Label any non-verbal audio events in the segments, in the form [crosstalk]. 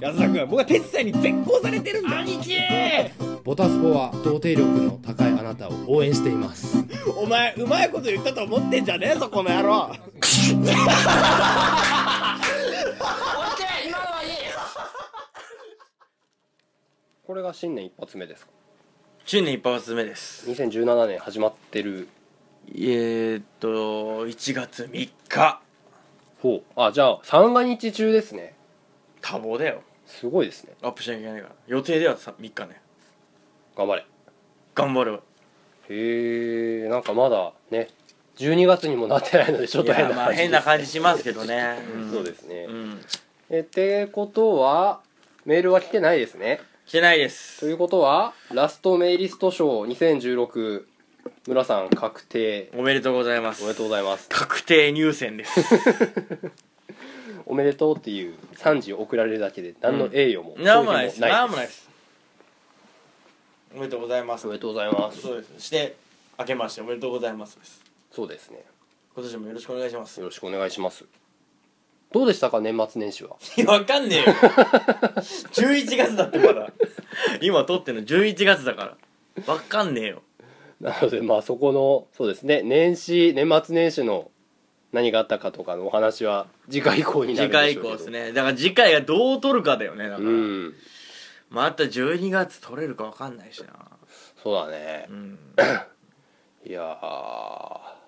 安田君僕は哲さんに絶交されてるんだ兄貴ボタスポは童貞力の高いあなたを応援していますお前うまいこと言ったと思ってんじゃねえぞこの野郎今のはいい [laughs] これが新年一発目ですか新年一発目です2017年始まってるえーっと1月3日ほうあじゃあ三が日中ですね多忙だよすごいですねアップしなきゃいけないから予定ではさ3日ね頑張れ頑張るへえんかまだね12月にもなってないのでちょっと変いやなまあ感じ変な感じしますけどね、んそうですね、うんえってことはメールは来てないですね来てないでとすいうことはラストメイリスト賞2016村さん確定おめでとうございますおめでとうございます確定入選 [laughs] ですおめでとうっていう賛辞を送られるだけで何の栄誉もなんもないです賞品なんもないですおめでとうございますおめでとうございますそうですして明けましておめでとうございますですそうですね今年もよろしくお願いしますよろしくお願いしますどうでしたか年末年始はい [laughs] やわかんねえよ [laughs] 11月だってまだ今撮ってんの11月だからわかんねえよなのでまあそこのそうですね年始年末年始の何があったかとかのお話は次回以降になるん次で回以しょうけ降どですねだから次回がどう撮るかだよねだから、うんまた12月撮れるかわかんないしなそうだねうんいやー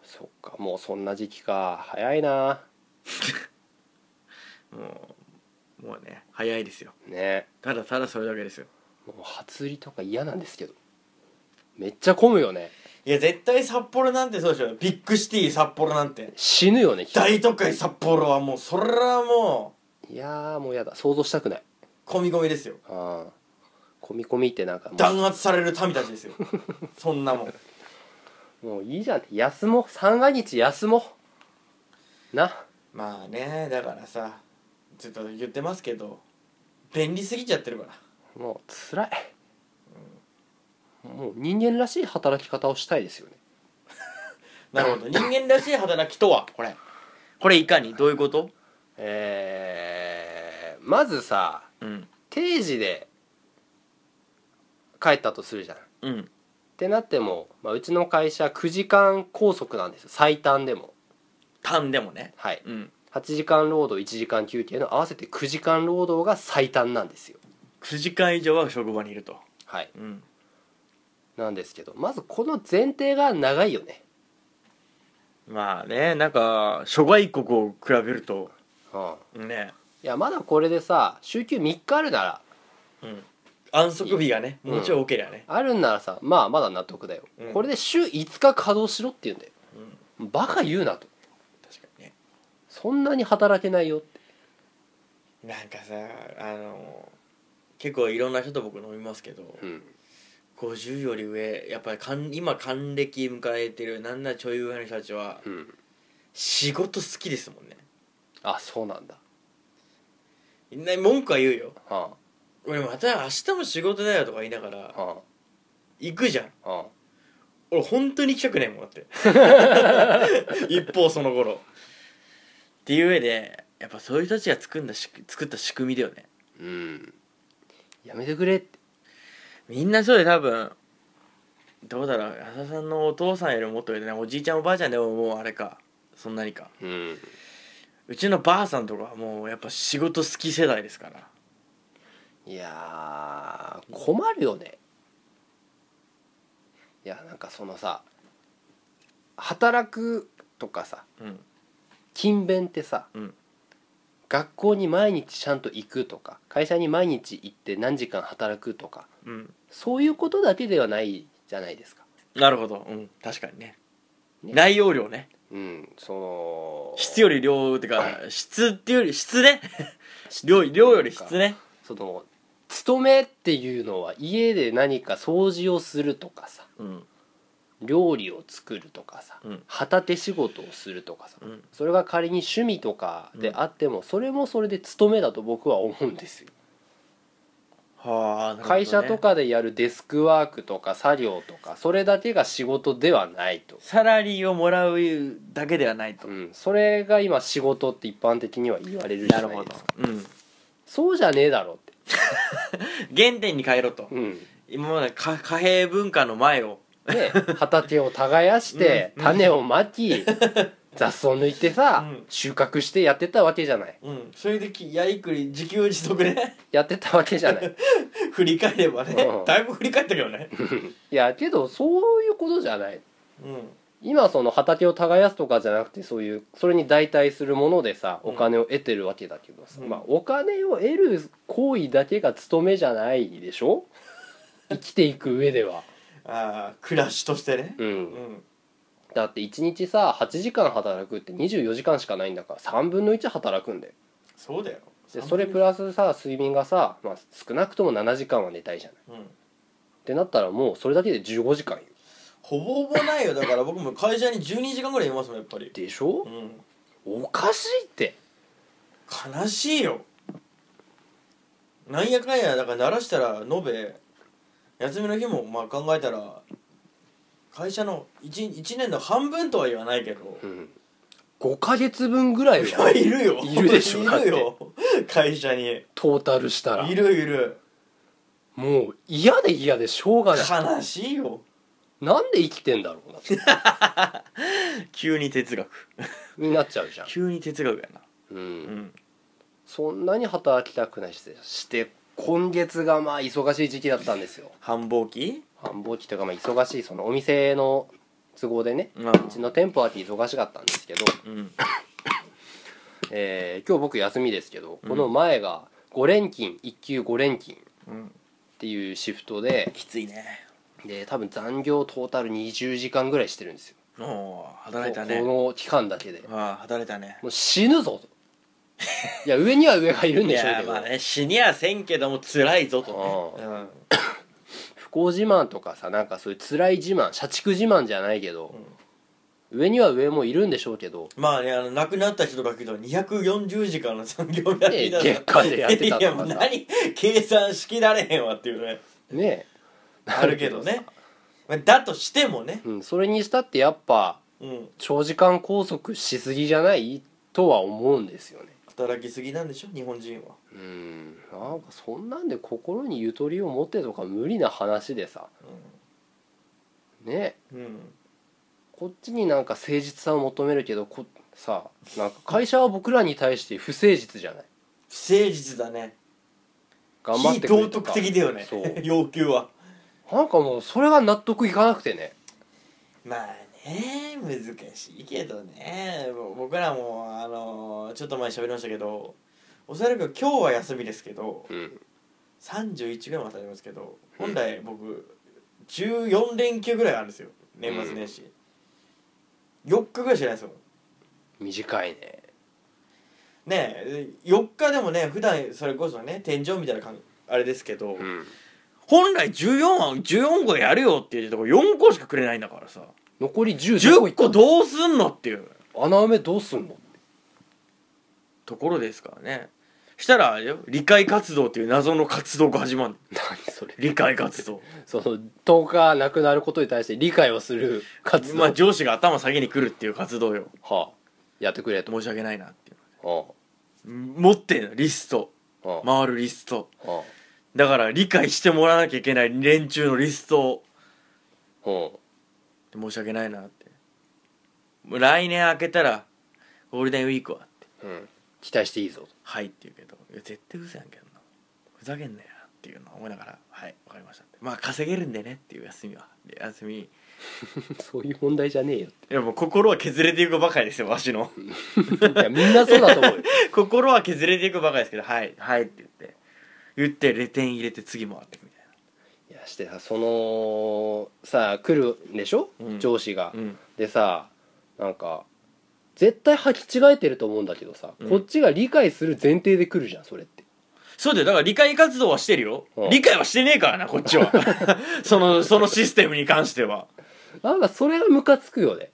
そっかもうそんな時期か早いなもうもうね早いですよねただただそれだけですよもう初売りとか嫌なんですけどめっちゃ混むよねいや絶対札幌なんてそうでしょビッグシティ札幌なんて死ぬよね人大都会札幌はもうそれはもいやーもうやだ想像したくないう込み込みですよああ込み込みってなんかもう弾圧される民たちですよそんなもんもういいじゃんって休もう三が日休もうなまあねだからさずっと言ってますけど便利すぎちゃってるからもうつらいもう人間らしい働き方をしたいですよねな [laughs] るほど人間らしい働きとはこれこれいかにどういうことえー、まずさうん定時で帰ったとするじゃんっうんてなっても、まあ、うちの会社9時間拘束なんですよ最短でも単でもねはいうん8時間労働1時間休憩の合わせて9時間労働が最短なんですよ9時間以上は職場にいるとはいうんなんですけどまずこの前提が長いよねまあねなんか諸外国を比べるとうんねいやまだこれでさ週休3日あるならうん安息日がねうんもうちょい多ければね、あるんならさまあまだ納得だよ、うんこれで週5日稼働しろって言うんだようん、バカ言うなと確かにねそんなに働けないよってなんかさあの結構いろんな人と僕飲みますけど、うん50より上やっぱり還今還暦迎えてるなんならちょい上の人たちはうん仕事好きですもんねあそうなんだみんな文句は言うよは俺また明日も仕事だよとか言いながあらは行くじゃんあは俺本当に行きたくないもんだって [laughs] 一方その頃っていう上でやっぱそういう人たちが作んだし作った仕組みだよねあうんやめてくれってみんなそうで多分どうだろう浅田さんのお父さんよりもっと上でねおじいちゃんおばあちゃんでももうあれかそんなにかうんうちのばあさんとかはもうやっぱ仕事好き世代ですからいやー困るよねいやなんかそのさ働くとかさうん勤勉ってさ、うん学校に毎日ちゃんと行くとか会社に毎日行って何時間働くとかうんそういうことだけではないじゃないですかなるほどうん確かにねね内容量ねうんその質より量ってか質っていうより質ね量量より質ねその勤めっていうのは家で何か掃除をするとかさうん料理を作るとかさ、うん旗手仕事をするとかさうんそれが仮に趣味とかであっても、それもそれで勤めだと僕は思うんですよはあ、なるほどね会社とかでやるデスクワークとか作業とかそれだけが仕事ではないと、サラリーをもらうだけではないと、うん、それが今仕事って一般的には言われるじゃないですかうんそうじゃねえだろって原点に帰ろうと、うん今までか貨幣文化の前をね、畑を耕して、うん種をま [laughs] き雑草抜いてさ、うん収穫してやってたわけじゃないうんそれできやりくり自給自足ね [laughs] やってたわけじゃない [laughs] 振り返ればねうんだいぶ振り返ったけどねいやけどそういうことじゃないうん今その畑を耕すとかじゃなくてそういうそれに代替するものでさうおん金を得てるわけだけどさ、うんまあお金を得る行為だけが務めじゃないでし [laughs] ょ生きていく上では、ああ暮らしとしてねう、うんんだって1日さ8時間働くって24時間しかないんだから3分の1働くんだよそうだよでそれプラスさ睡眠がさ、まあ、少なくとも7時間は寝たいじゃないっうんてなったらもうそれだけで15時間よほぼほぼないよだから僕も会社に12時間ぐらいいますもんやっぱりでしょうんおかしいって悲しいよなんやかんやだから鳴らしたら延べ休みの日もまあ考えたら会社の 1, 一年の半分とは言わないけどうん5ヶ月分ぐらいいやはいるよいるでしょいるよ会社にトータルしたらいるいるもう嫌で嫌でしょうがない悲しいよなんで生きてんだろうなって急に哲学になっちゃうじゃん、急に哲学やなう、うんんそんなに働きたくないしして今月がまあ忙しい時期だったんですよ繁忙期繁忙期というかまあ忙しいそのお店の都合でねまうちあの店舗は忙しかったんですけどうんえー今日僕休みですけど、うんこの前が5連勤1級5連勤っうんていうシフトできついねで多分残業トータル20時間ぐらいしてるんですよおお働いたこねこの期間だけでもああ働いたねう死ぬぞといや上には上がいるんいでしょうやけど、まあね死にはせんけども辛いぞとううんん不幸自慢とかさなんかそういう辛い自慢社畜自慢じゃないけど、上には上もいるんでしょうけどまあねあの亡くなった人とかけど240時間の残業やってねたら月間でやってたいやともうかさ何計算しきられへんわっていう [laughs] ねねあるけどねまあだとしてもねうん、それにしたってやっぱうん長時間拘束しすぎじゃないとは思うんですよね働きすぎなんでしょ日本人はうんなんかそんなんで心にゆとりを持ってとか無理な話でさ、ねうんこっちになんか誠実さを求めるけどこさなんか会社は僕らに対して不誠実じゃない不誠実だね頑張っ非てくれ道とか徳的だよねそう [laughs] 要求はなんかもうそれが納得いかなくてねまあね難しいけどねもう僕らもあのーちょっと前に喋りましたけどおそらく今日は休みですけどうん31ぐらいまでありますけど本来僕14連休ぐらいあるんですよ年末年始、4日ぐらいしかないですもん短いねねえ4日でもね普段それこそね天井みたいな感あれですけど、うん本来14は14個やるよって言ってたとこ4個しかくれないんだからさ残り10 10個どうすんのっていう穴埋めどうすんの [laughs] ところですからねしたらあれよ理解活動っていう謎の活動が始まる何それ理解活動その10日なくなることに対して理解をする活動、まあ上司が頭下げに来るっていう活動よはあ、やってくれと申し訳ないなっていうあ持ってんのリストあああ回るリストああだから理解してもらわなきゃいけない連中のリストをうん申し訳ないなってもう来年明けたらゴールデンウィークはってうん、期待していいぞはいって言うけどいや絶対嘘やんけんなふざけんなよっていうのを思いながらはいわかりましたってまあ稼げるんでねっていう休みはで休みいと [laughs] そういう問題じゃねえよやもう心は削れていくばかりですよわしのいやみんなそうだと思うよ心は削れていくばかりですけどはいはいって言って言ってレ点入れて次回ってくみたい [laughs] いやしてさそのさ来るんでしょ、うん上司が、なうんでさなんか絶対履き違えてると思うんだけどさ、うんこっちが理解する前提で来るじゃんそれってそうだよだから理解活動はしてるようん理解はしてねえからなこっち [laughs] はそのそのシステムに関してはなんかそれがムカつくよね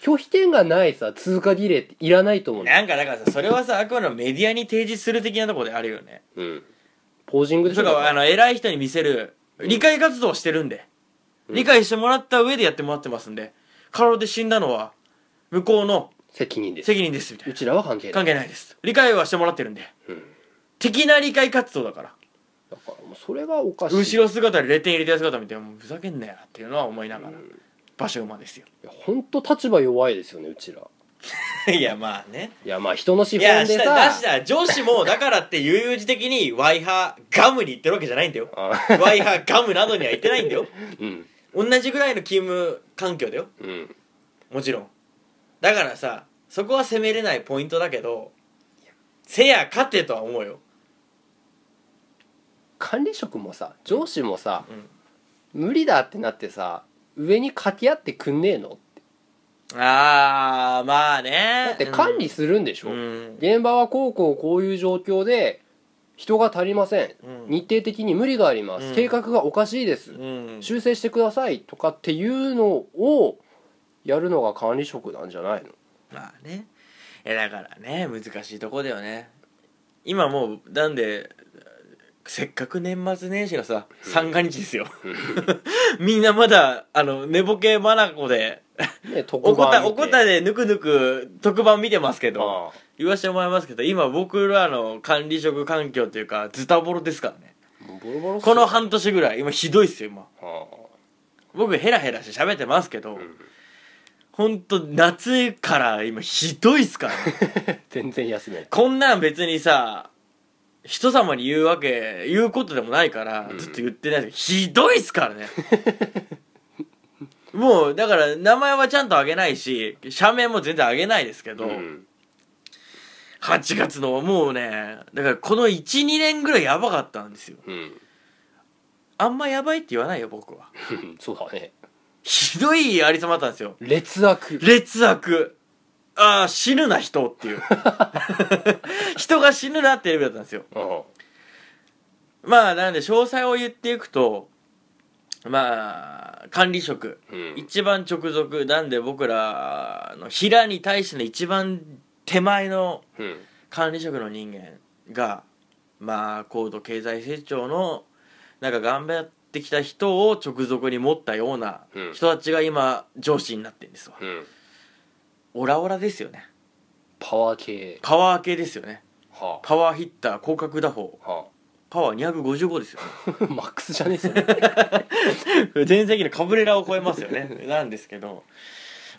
拒否権がないさ通過儀礼っていらないと思うんだよなんかだからさそれはさあくまでもメディアに提示する的なところであるよねうんポージングでしそょれかあの偉い人に見せる理解活動をしてるんで、うん理解してもらった上でやってもらってますんで過労で死んだのは向こうの責任です責任ですみたいうなちらは関係ない関係ないです理解はしてもらってるんで、うん的な理解活動だからだからもうそれがおかしい後ろ姿で0点入れたやつ方見てもうふざけんなよっていうのは思いながら馬車馬ですよ本当立場弱いですよねうちら [laughs] いやまあねいやまあ人の資いや本しでたさだしだ上司もだからって悠々自適にワイハーガムに行ってるわけじゃないんだよあワイハーガムなどには行ってないんだようん同じぐらいの勤務環境だようんもちろんだからさそこは責めれないポイントだけどせや勝てとは思うよ管理職もさ上司もさ、うん無理だってなってさ上に掛け合ってくんねえのあーまあだねって管理するんでしょ、うん、うん現場はこうこうこういう状況で人が足りません日程的に無理があります、うん計画がおかしいです、うん修正してくださいとかっていうのをやるのが管理職なんじゃないのまあねえだからね難しいとこだよね今もうなんでせっかく年末年始がさ三が日ですよ [laughs] みんなまだあの寝ぼけまなこでね特おこ番た見おてこたでぬくぬく特番見てますけどああ言わせてもらいますけど今僕らの管理職環境というかズタボロですからねもうボロボロっすこよの半年ぐらい今ひどいっすよ今あ僕ヘラヘラして喋ってますけど、んほんと夏から今ひどいっすからねあ全然休めないこんなん別にさ人様に言うわけ言うことでもないから、うんずっと言ってないですけどひどいっすからね [laughs] もうだから名前はちゃんとあげないし社名も全然あげないですけど、うん8月のもうねだからこの12年ぐらいやばかったんですようんあんまやばいって言わないよ僕はそうだねひどいありさまだったんですよ劣悪劣悪ああ死ぬな人っ [laughs] ていう人が死ぬなってレベルだったんですよあまあなんで詳細を言っていくとまあ管理職あうん一番直属なんで僕らの平に対しての一番手前のうん管理職の人間がまあ高度経済成長のなんか頑張ってきた人を直属に持ったようなうん人たちが今上司になってるんですわうんオラオラですよねパワー系パワー系ですよねはパワーヒッター広角打法あはパワー255ですよあマックスじゃねえそれね全盛期のカブレラを超えます [laughs] よねなんですけど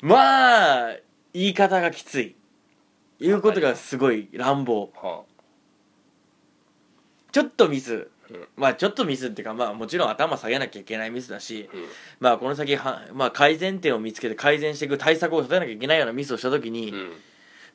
まあ言い方がきつい言うことがすごい乱暴はちょっとミスうんまあちょっとミスっていうかまあもちろん頭下げなきゃいけないミスだしあうんまあこの先は、まあ、改善点を見つけて改善していく対策を立てなきゃいけないようなミスをした時に、うん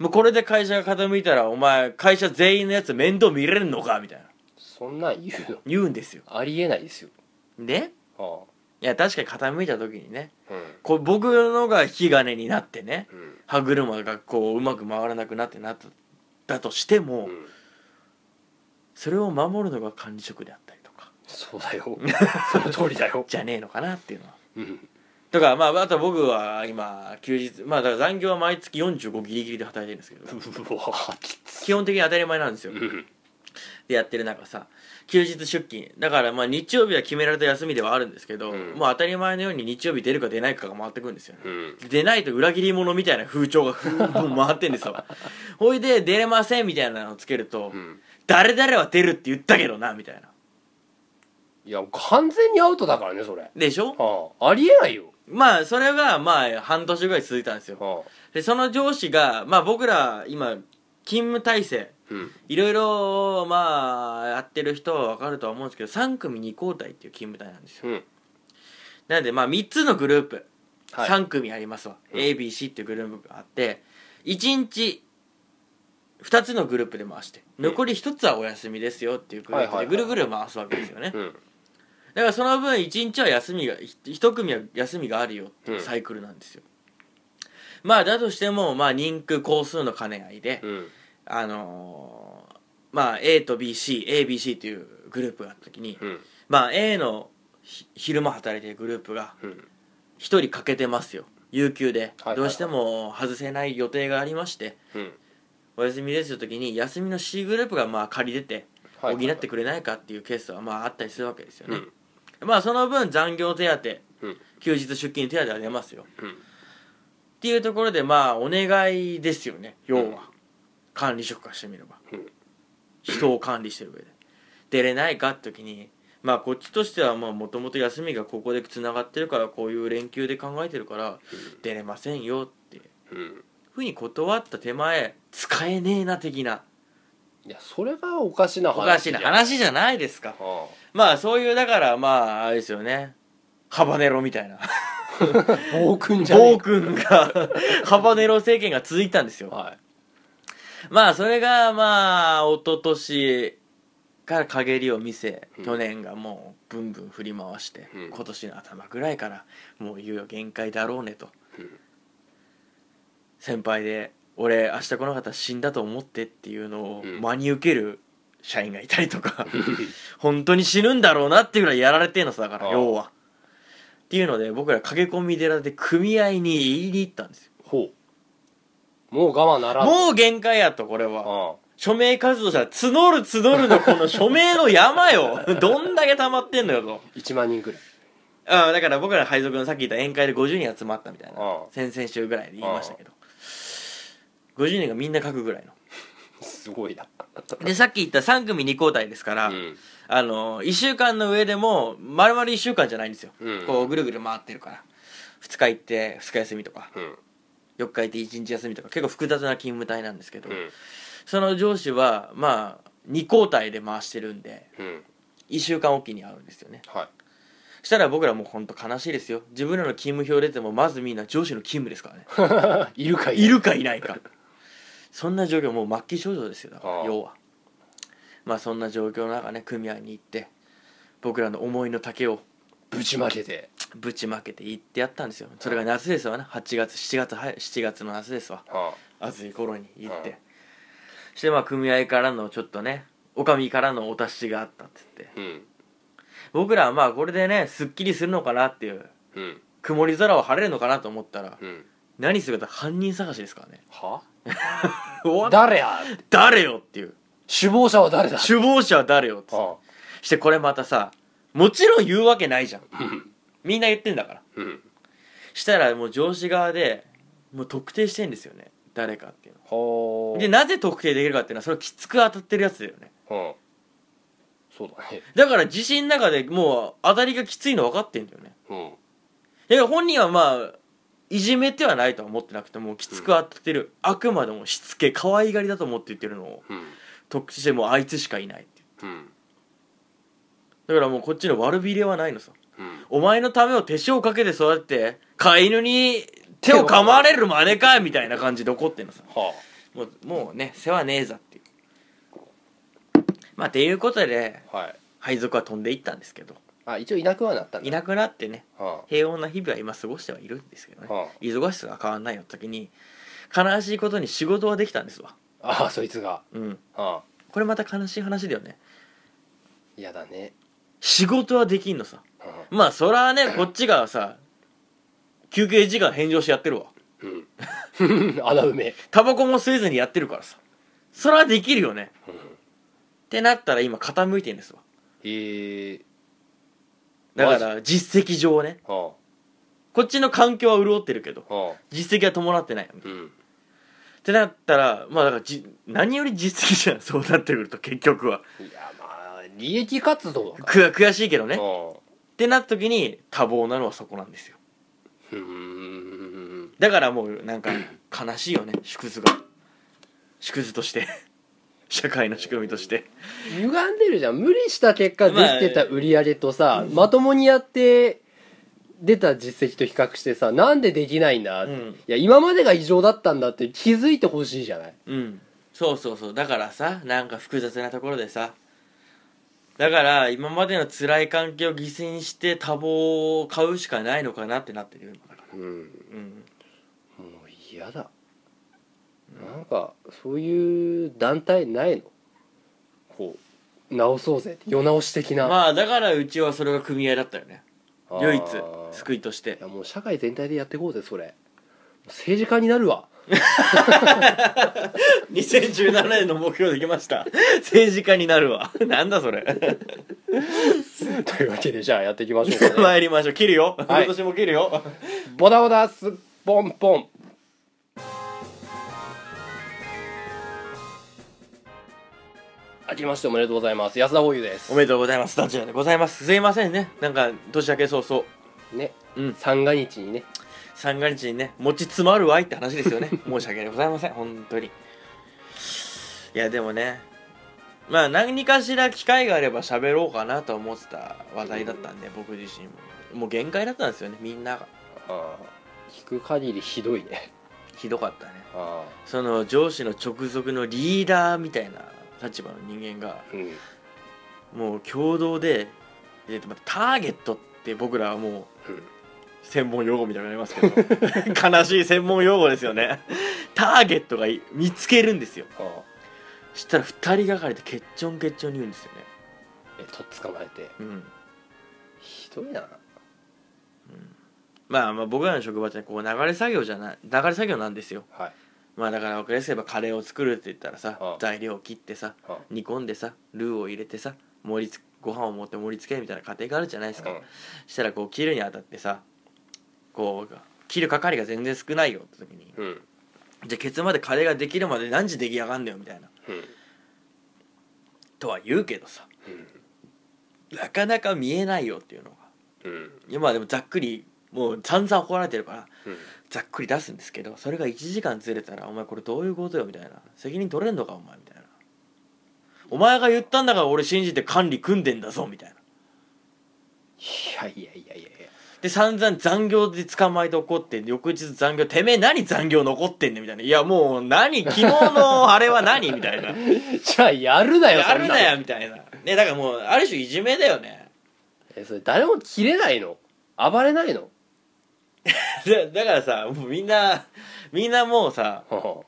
もうこれで会社が傾いたらお前会社全員のやつ面倒見れるのかみたいなそんなん言うの言うんですよありえないですよねはいや確かに傾いた時にねあこう僕のが引き金になってねうんうん歯車がこううまく回らなくなってなっただとしても、うんそれを守るのが管理職であったりとかそうだ [laughs] よその通りだよじゃねえのかなっていうのはうんとかまああと僕は今休日まあだから残業は毎月45ギリギリで働いてるんですけどうわきつ基本的に当たり前なんですようんでやってる中さ休日出勤だからまあ日曜日は決められた休みではあるんですけど、うんもう当たり前のように日曜日出るか出ないかが回ってくるんですよねうん出ないと裏切り者みたいな風潮がふんふん回ってんです [laughs] よほいで出れませんみたいなのをつけると、うん誰々は出るって言ったけどなみたいないや完全にアウトだからねそれでしょはあありえないよまあそれがまあ半年ぐらい続いたんですよはでその上司がまあ僕ら今勤務体制あうんいろいろまあやってる人は分かるとは思うんですけど3組2交代っていう勤務体なんですようんなのでまあ3つのグループはい3組ありますわ、うん ABC っていうグループがあって1日2つのグループで回して残り1つはお休みですよっていうグループはいはいはでいぐるぐる回すわけですよねうんだからその分1日は休みが1組は休みがあるよっていうサイクルなんですよ、まあだとしてもまあ人数工数の兼ね合いで、うんあのーまあ A と BCABC というグループがあった時に、うんまあ A のひ昼間働いてるグループがうん一人欠けてますよ有給で、はいはいどうしても外せない予定がありましてうんお休みですよ時に休みの C グループがまあ借り出ては補いはいってくれないかっていうケースはまああったりするわけですようね、んまあその分残業手当うん休日出勤手当は出ますようんっていうところでまあお願いですよね要は、うん管理職からしてみれば、うん人を管理してる上で出れないかって時にまあこっちとしてはもともと休みがここでつながってるからこういう連休で考えてるから出れませんよってうんふうに断った手前使えねえな的ないやそれがおかしなお話かしな話じゃないですかあまあそういうだからまああれですよねハバネロみたいなあ暴君じゃね暴君がハバネロ政権が続いたんですえよかはいまあそれがまあ一昨年から陰りを見せ、うん去年がもうブンブン振り回して、うん今年の頭ぐらいからもういよいよ限界だろうねと、うん先輩で「俺明日この方死んだと思って」っていうのをうん真に受ける社員がいたりとか、 [laughs] 本当に死ぬんだろうなっていうぐらいやられてんのさだからああ要は。っていうので僕ら駆け込み寺で組合に言いに行ったんですよほうもう我慢ならんもう限界やとこれは、あ署名活動したら募る募 [laughs] るのこの署名の山よ [laughs] どんだけ溜まってんのよとあ1万人ぐらいああだから僕ら配属のさっき言った宴会で50人集まったみたいなああ先々週ぐらいで言いましたけど50人がみんな書くぐらいのすごいなでさっき言った3組2交代ですから、うんあの1週間の上でも丸々1週間じゃないんですよ、うんこうぐるぐる回ってるから2日行って2日休みとかうん4日行って1日休みとか結構複雑な勤務体なんですけど、うんその上司はまあ2交代で回してるんでうん1週間おきに会うんですよねはいそしたら僕らもうほんと悲しいですよ自分らの勤務表出てもまずみんな上司の勤務ですからね [laughs] いるかいるかいないかそんな状況もう末期症状ですよだかあらあ要はまあそんな状況の中ね組合に行って僕らの思いの丈をぶちまけてぶちまけて行ってやったんですよそれが夏ですわね8月7月はい7月の夏ですわは暑い頃に行っうんてそしてまあ組合からのちょっとねおかみからのお達しがあったって言っあてうん僕らはまあこれでねすっきりするのかなっていううん曇り空を晴れるのかなと思ったらうん何するかって犯人探しです [laughs] からねはお誰や誰よっていう首謀者は誰だ首謀者は誰よってあしてこれまたさもちろん言うわけないじゃんみんな言ってんだからあうんしたらもう上司側でもう特定してんですよね誰かっていうほのうでなぜ特定できるかっていうのはそれきつく当たってるやつだよねうんそうだねだから自信の中でもう当たりがきついの分かってんだよねうんだから本人はまあいじめてはないとは思ってなくてもうきつく当たってる、あくまでもしつけ可愛がりだと思って言ってるのをうん特殊してもうあいつしかいないっていううんだからもうこっちの悪びれはないのさうんお前のためを手塩かけて育てて飼い犬に手を噛まれる真似かみたいな感じで怒ってんのさはもうもうね世話ねえざっていうまあっていうことであはい配属は飛んでいったんですけどあ一応いなくはなったんだいなくなってねは平穏な日々は今過ごしてはいるんですけどねあは忙しさが変わんないよ時に悲しいことに仕事はできたんですわあああそいつがうんはあこれまた悲しい話だよね嫌だね仕事はできんのさはあまあそらねこっちがさ休憩時間返上してやってるわうん [laughs] 穴埋めタバコも吸えずにやってるからさそらできるよねうんってなったら今傾いてんですわへえだから実績上ねはこっちの環境は潤ってるけどあはあ実績は伴ってないうんってなったらまあだからじ何より実績じゃんそうなってくると結局はいやまあ利益活動だかく悔しいけどねらっはあてなった時に多忙なのはそこなんですようんだからもうなんか悲しいよね縮図が縮図として [laughs] 社会の仕組みとして歪んでるじゃん無理した結果できてた売り上げとさ、まともにやって出た実績と比較してさなんでできないんだ、ういんや今までが異常だったんだって気づいてほしいじゃないうんそうそうそうだからさなんか複雑なところでさだから今までの辛い関係を犠牲にして多忙を買うしかないのかなってなってるよ今だからうんうんもう嫌だなんかそういう団体ないのこう直そうぜ世直し的な、まあだからうちはそれが組合だったよねあー唯一い救いとしてやもう社会全体でやっていこうぜそれ政治家になるわ2017年の目標できました [laughs] 政治家になるわなんだそれ [laughs] というわけでじゃあやっていきましょう [laughs] かね [laughs] 参りましょう切るよ、はい今年も切るよボダボダすっぽんぽん明けましておめでとうございます安田宝裕ですおめでとうございますダンジョンでございますすいませんねなんか年明け早々ねうん三が日にね三が日にね餅詰まるわいって話ですよね [laughs] 申し訳ございません本当にいやでもねまあ何かしら機会があれば喋ろうかなと思ってた話題だったんで、僕自身ももう限界だったんですよねみんながあー聞く限りひどいねひどかったねあその上司の直属のリーダーみたいな立場の人間がーうんもう共同で、えーとまあターゲットって僕らはもううん専門用語みたいになりますけど悲しい専門用語ですよねターゲットがい見つけるんですよあーそしたら2人がかりでケッチョンケッチョンに言うんですよねえとっ捕まえてうんひどいなまあまあ僕らの職場ってこう流れ作業じゃない流れ作業なんですよはいまあだから分かりやすけばカレーを作るって言ったらさああ材料を切ってさあ煮込んでさルーを入れてさ盛りつご飯を持って盛り付けるみたいな過程があるじゃないですか、うんしたらこう切るにあたってさこう切る係が全然少ないよって時にうんじゃあケツまでカレーができるまで何時出来上がんだよみたいなうんとは言うけどさなかなか見えないよっていうのがうんうんいやまあでもざっくりもう散々怒られてるからうんざっくり出すんですけどそれが1時間ずれたら「お前これどういうことよ」みたいな「責任取れんのかお前」みたいな「お前が言ったんだから俺信じて管理組んでんだぞ」みたいないやいやいやいやいやで散々残業で捕まえて怒って翌日残業「てめえ何残業残ってんねん」みたいな「いやもう何昨日のあれは何?」みたいな [laughs] じゃあやるなよやるそんなのよみたいなねだからもうある種いじめだよねえそれ誰も切れないの暴れないのだだからさもうみんなみんなもうさは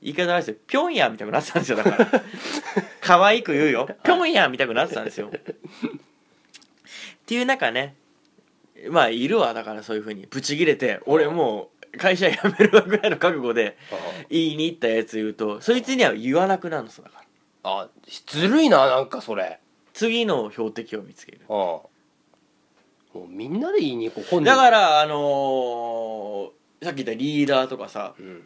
言い方悪いですよピョンヤンみたくなってたんですよだから [laughs] 可愛く言うよピョンヤンみたくなってたんですよっていう中ねまあいるわだからそういうふうにブチギレて俺もう会社辞めるわぐらいの覚悟であは言いに行ったやつ言うとそいつには言わなくなるんですよだからああずるいななんかそれ次の標的を見つけるうんもうみんなで言いに行こう本人だからあのーさっき言ったリーダーとかさうん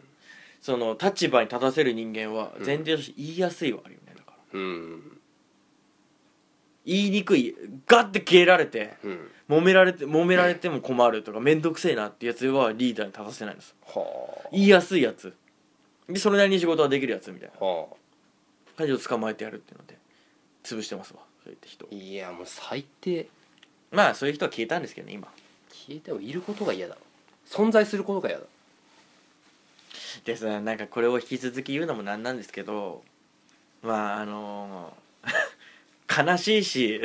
その立場に立たせる人間は前提として言いやすいはあるよねだからうん言いにくいガッて消えられてうん揉められて揉められても困るとか面倒くせえなってやつはリーダーに立たせないんですは言いやすいやつでそれなりに仕事はできるやつみたいなあはあ感じを捕まえてやるっていうので潰してますわそういった人いやもう最低まあそういう人は消えたんですけどね今消えてもいることが嫌だ存在することが嫌だでさなんかこれを引き続き言うのもなんなんですけどまああのー [laughs] 悲しいし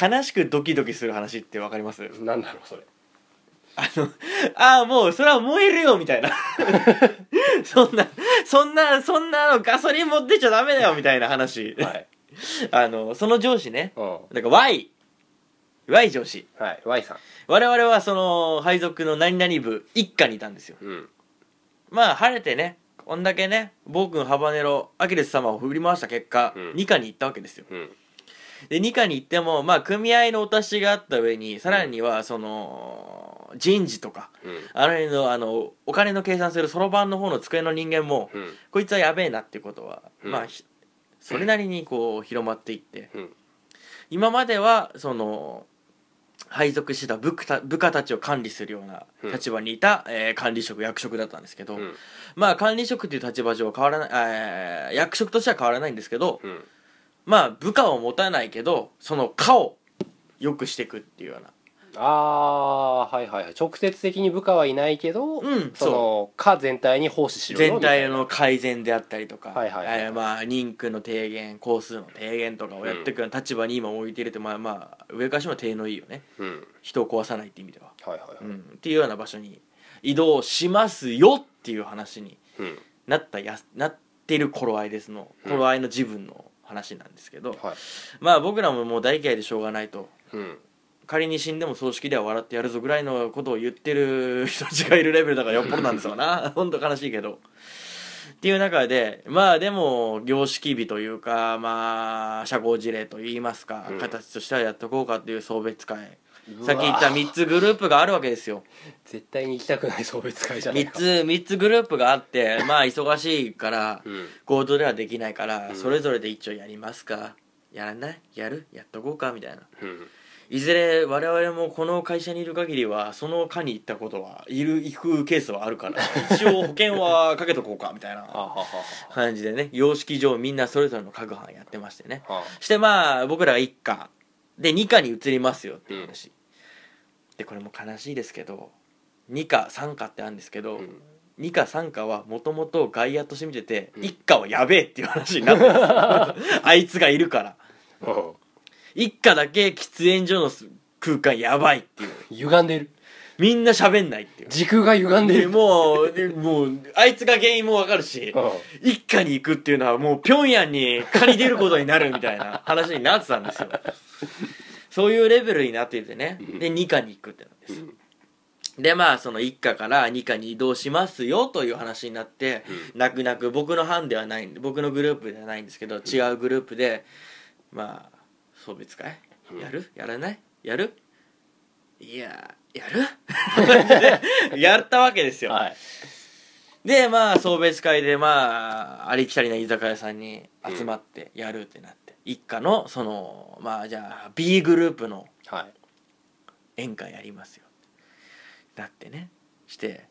悲しくドキドキする話ってわかりますなんだろうそれあの、ああ、もう、それは燃えるよ、みたいな。 [laughs] そんな、そんな、そんなのガソリン持ってっちゃダメだよ、みたいな話。はいあの、その上司ね。うんだから Y。Y 上司。はい Y さん我々はその、配属の何々部一家にいたんですよ。うんまあ、晴れてね、こんだけね、暴君ハバネロ、アキレス様を振り回した結果、うん二課に行ったわけですよ。うんで、二課に行っても、まあ、組合のお達しがあった上に、さらには、その、人事とか、うんあの辺のあのお金の計算するそろばんの方の机の人間もうんこいつはやべえなっていうことは、うんまあひそれなりにこう広まっていってうん今まではその配属してた部下た部下たちを管理するようなうん立場にいた、えー管理職役職だったんですけど、うんまあ管理職という立場上は変わらない、えー役職としては変わらないんですけど、うんまあ部下を持たないけどその課を良くしていくっていうようなあーはいはいはい直接的に部下はいないけど、うんその課全体に奉仕しろよ全みたい体なの改善であったりとか、はいはいはいえーまあ人数の低減工数の低減とかをやっていくような立場に今置いてるって、まあまあ上からしても手のいいよねうん人を壊さないって意味では、はいはいはういん、っていうような場所に移動しますよっていう話にうんなったやなってる頃合いですのうん頃合いの自分の話なんですけど、はいまあ僕らももう大嫌いでしょうがないとうん仮に死んでも葬式では笑ってやるぞぐらい [laughs] の [laughs] ことを言ってる人たちがいるレベルだからよっぽどなんですよなほんと悲しいけどっっていう中でまあでも様式美というかまあ社交辞令といいますか、うん形としてはやっとこうかっていう送別会うわさっき言った3つグループがあるわけで [laughs] すよ絶対に行きたくない送別会じゃない3かつ3つグループがあってまあ忙しいからうん合同ではできないから、うんそれぞれで一応やりますかやらないやるやっとこうかみたいなうんいずれ我々もこの会社にいる限りはその課に行ったことはいる行くケースはあ [laughs] るから一応保険はかけとこうかみたいなはあはあは感じでね様式上みんなそれぞれの各班やってましてねあはあしてまあ僕らが1課で2課に移りますよっていう話、でこれも悲しいですけど2課3課ってあるんですけど、うん2課3課はもともと外野として見てて、うん1課はやべえっていう話になってま [laughs] すあいつがいるからうん1課だけ喫煙所の空間やばいっていう歪んでるみんな喋んな [laughs] いっていう時空が歪んででるもうでもうあいつが原因もわかるしうん一家に行くっていうのはもう平壌に借り出ることになるみたいな [laughs] 話になってたんですよそういうレベルになっていてねで二課に行くってなんですよでまあその一課から二課に移動しますよという話になって泣く泣く僕の班ではないんで僕のグループではないんですけど違うグループでまあ送別会やるやらないやるいやや [laughs] るやったわけですよはいでまあ送別会でまあありきたりな居酒屋さんに集まってやるってなって、一家のそのまあじゃあ B グループのはい宴会やりますよだってねして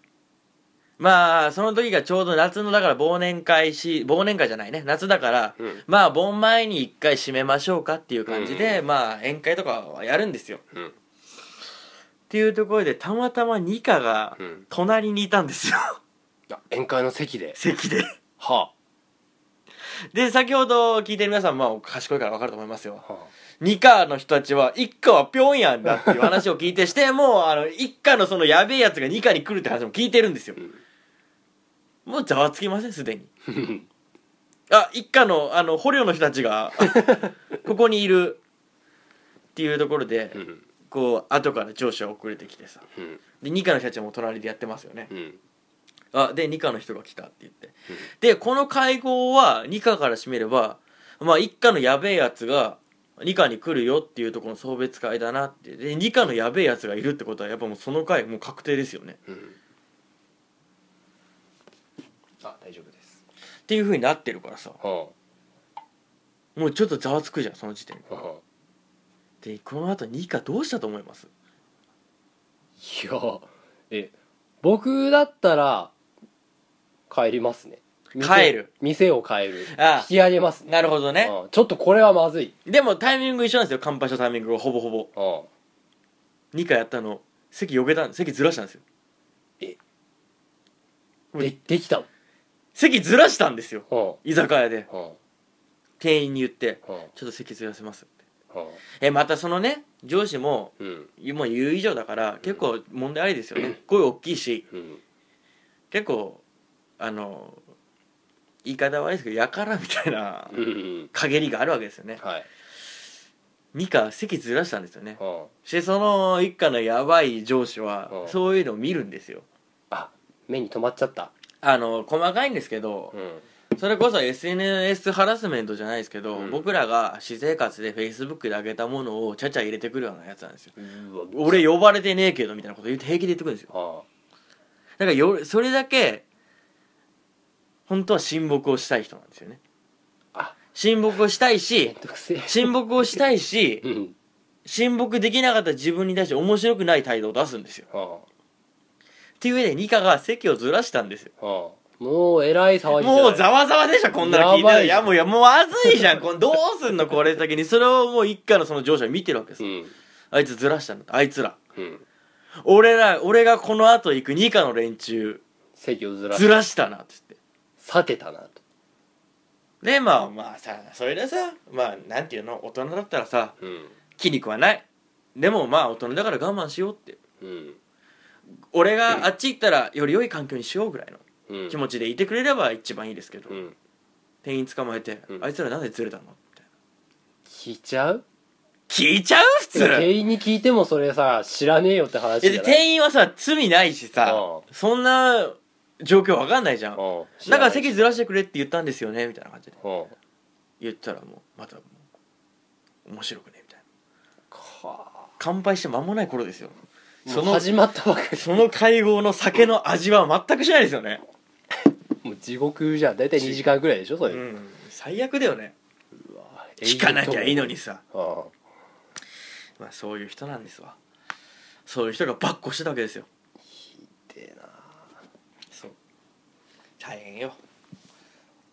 まあその時がちょうど夏のだから忘年会し忘年会じゃないね夏だから、うんまあ盆前に一回締めましょうかっていう感じで、まあ宴会とかはやるんですようんっていうところでたまたま二課がうん隣にいたんですよ [laughs] あ宴会の席で席ではで先ほど聞いてる皆さんまあ賢いから分かると思いますよあは二課の人たちは一課は平壌だっていう話を聞いて [laughs] してもうあの一課のそのやべえやつが二課に来るって話も聞いてるんですようんもうざわつきませんすでにああ一課のあの捕虜の人たちが [laughs] ここにいるっていうところでうんこう後から上司が遅れてきてさうんで二課の人たちはもう隣でやってますよねうんあで二課の人が来たって言って、でこの会合は二課から占めれば、まあ、一課のやべえやつが二課に来るよっていうところの送別会だなってで二課のやべえやつがいるってことはやっぱもうその会もう確定ですよねうんあ大丈夫ですっていうふうになってるからさはもうちょっとざわつくじゃんその時点あはあででこの後二課どうしたと思いますいやえ僕だったら帰りますね店帰る店を変えるああ引き上げますねなるほどねうんちょっとこれはまずいでもタイミング一緒なんですよ乾杯したタイミングがほぼほぼうん二課やったの席よけたん席ずらしたんですよでできたの席ずらしたんですようん居酒屋でうん店員に言ってうん「ちょっと席ずらせます」ってうんえまたそのね上司もうんもう言う以上だから結構問題ありですよね、声大きいしうん結構あの言い方悪いですけどやからみたいなうん陰りがあるわけですよねはい二課席ずらしたんですよねうんしてその一課のやばい上司はうんそういうのを見るんですよあ目に留まっちゃったあの細かいんですけどうんそれこそ SNS ハラスメントじゃないですけど、うん僕らが私生活で Facebook で上げたものをちゃちゃ入れてくるようなやつなんですようわ俺呼ばれてねえけどみたいなこと言って平気で言ってくるんですよはだからよそれだけ本当は親睦をしたい人なんですよねあ親睦をしたいあめんしどくせえ親睦をしたいしうん親睦できなかった自分に対して面白くない態度を出すんですよはっていう上でニカが席をずらしたんですよあはあもうえらい騒ぎじゃないもうざわざわでしょこんなの聞やいたばらいいやもういやもうまずいじゃんこんどうすんのこれ先にそれをもう一家のその上司は見てるわけですうよんあいつずらしたのあいつらうん俺ら俺がこの後行くニカの連中席をずらずらしたなって言ってさてたなとでまあまあさそれでさまあなんていうの大人だったらさうん気に食わないでもまあ大人だから我慢しようってうん俺があっち行ったらより良い環境にしようぐらいのうん気持ちでいてくれれば一番いいですけど、うん店員捕まえて、うんあいつらなんでずれたの?」みたいな聞いちゃう聞いちゃう普通店員に聞いてもそれさ知らねえよって話えじでゃない店員はさ罪ないしさ、うそんな状況わかんないじゃんうんだから席ずらしてくれって言ったんですよねみたいな感じでうん言ったらもうまたもう面白くねみたいなは乾杯して間もない頃ですよあそそのの始まったばかりその会合の酒の味は全くしないですよねもう地獄じゃん大体2時間ぐらいでしょそうれ、うん最悪だよねわ聞かなきゃいいのにさ、うんはまあ、そういう人なんですわそういう人がばっこしてたわけですよてえなそう大変よ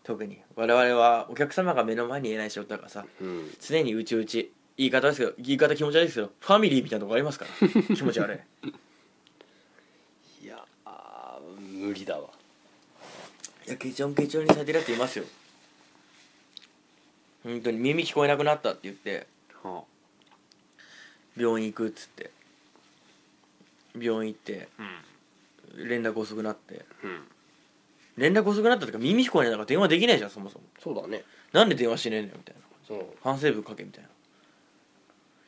特に我々はお客様が目の前にいない仕事だからさうん常にうちうち言い方ですけど言い方気持ち悪いですけどファミリーみたいなとこありますから [laughs] 気持ち悪いいやあー無理だわいやケチョンケチョンにされてるやついますよ本当に耳聞こえなくなったって言っては病院行くっつって病院行って連絡遅くなってうん連絡遅くなったとか耳聞こえないから電話できないじゃんそもそもそうだねなんで電話しねえんだよみたいなそう反省文書けみたいな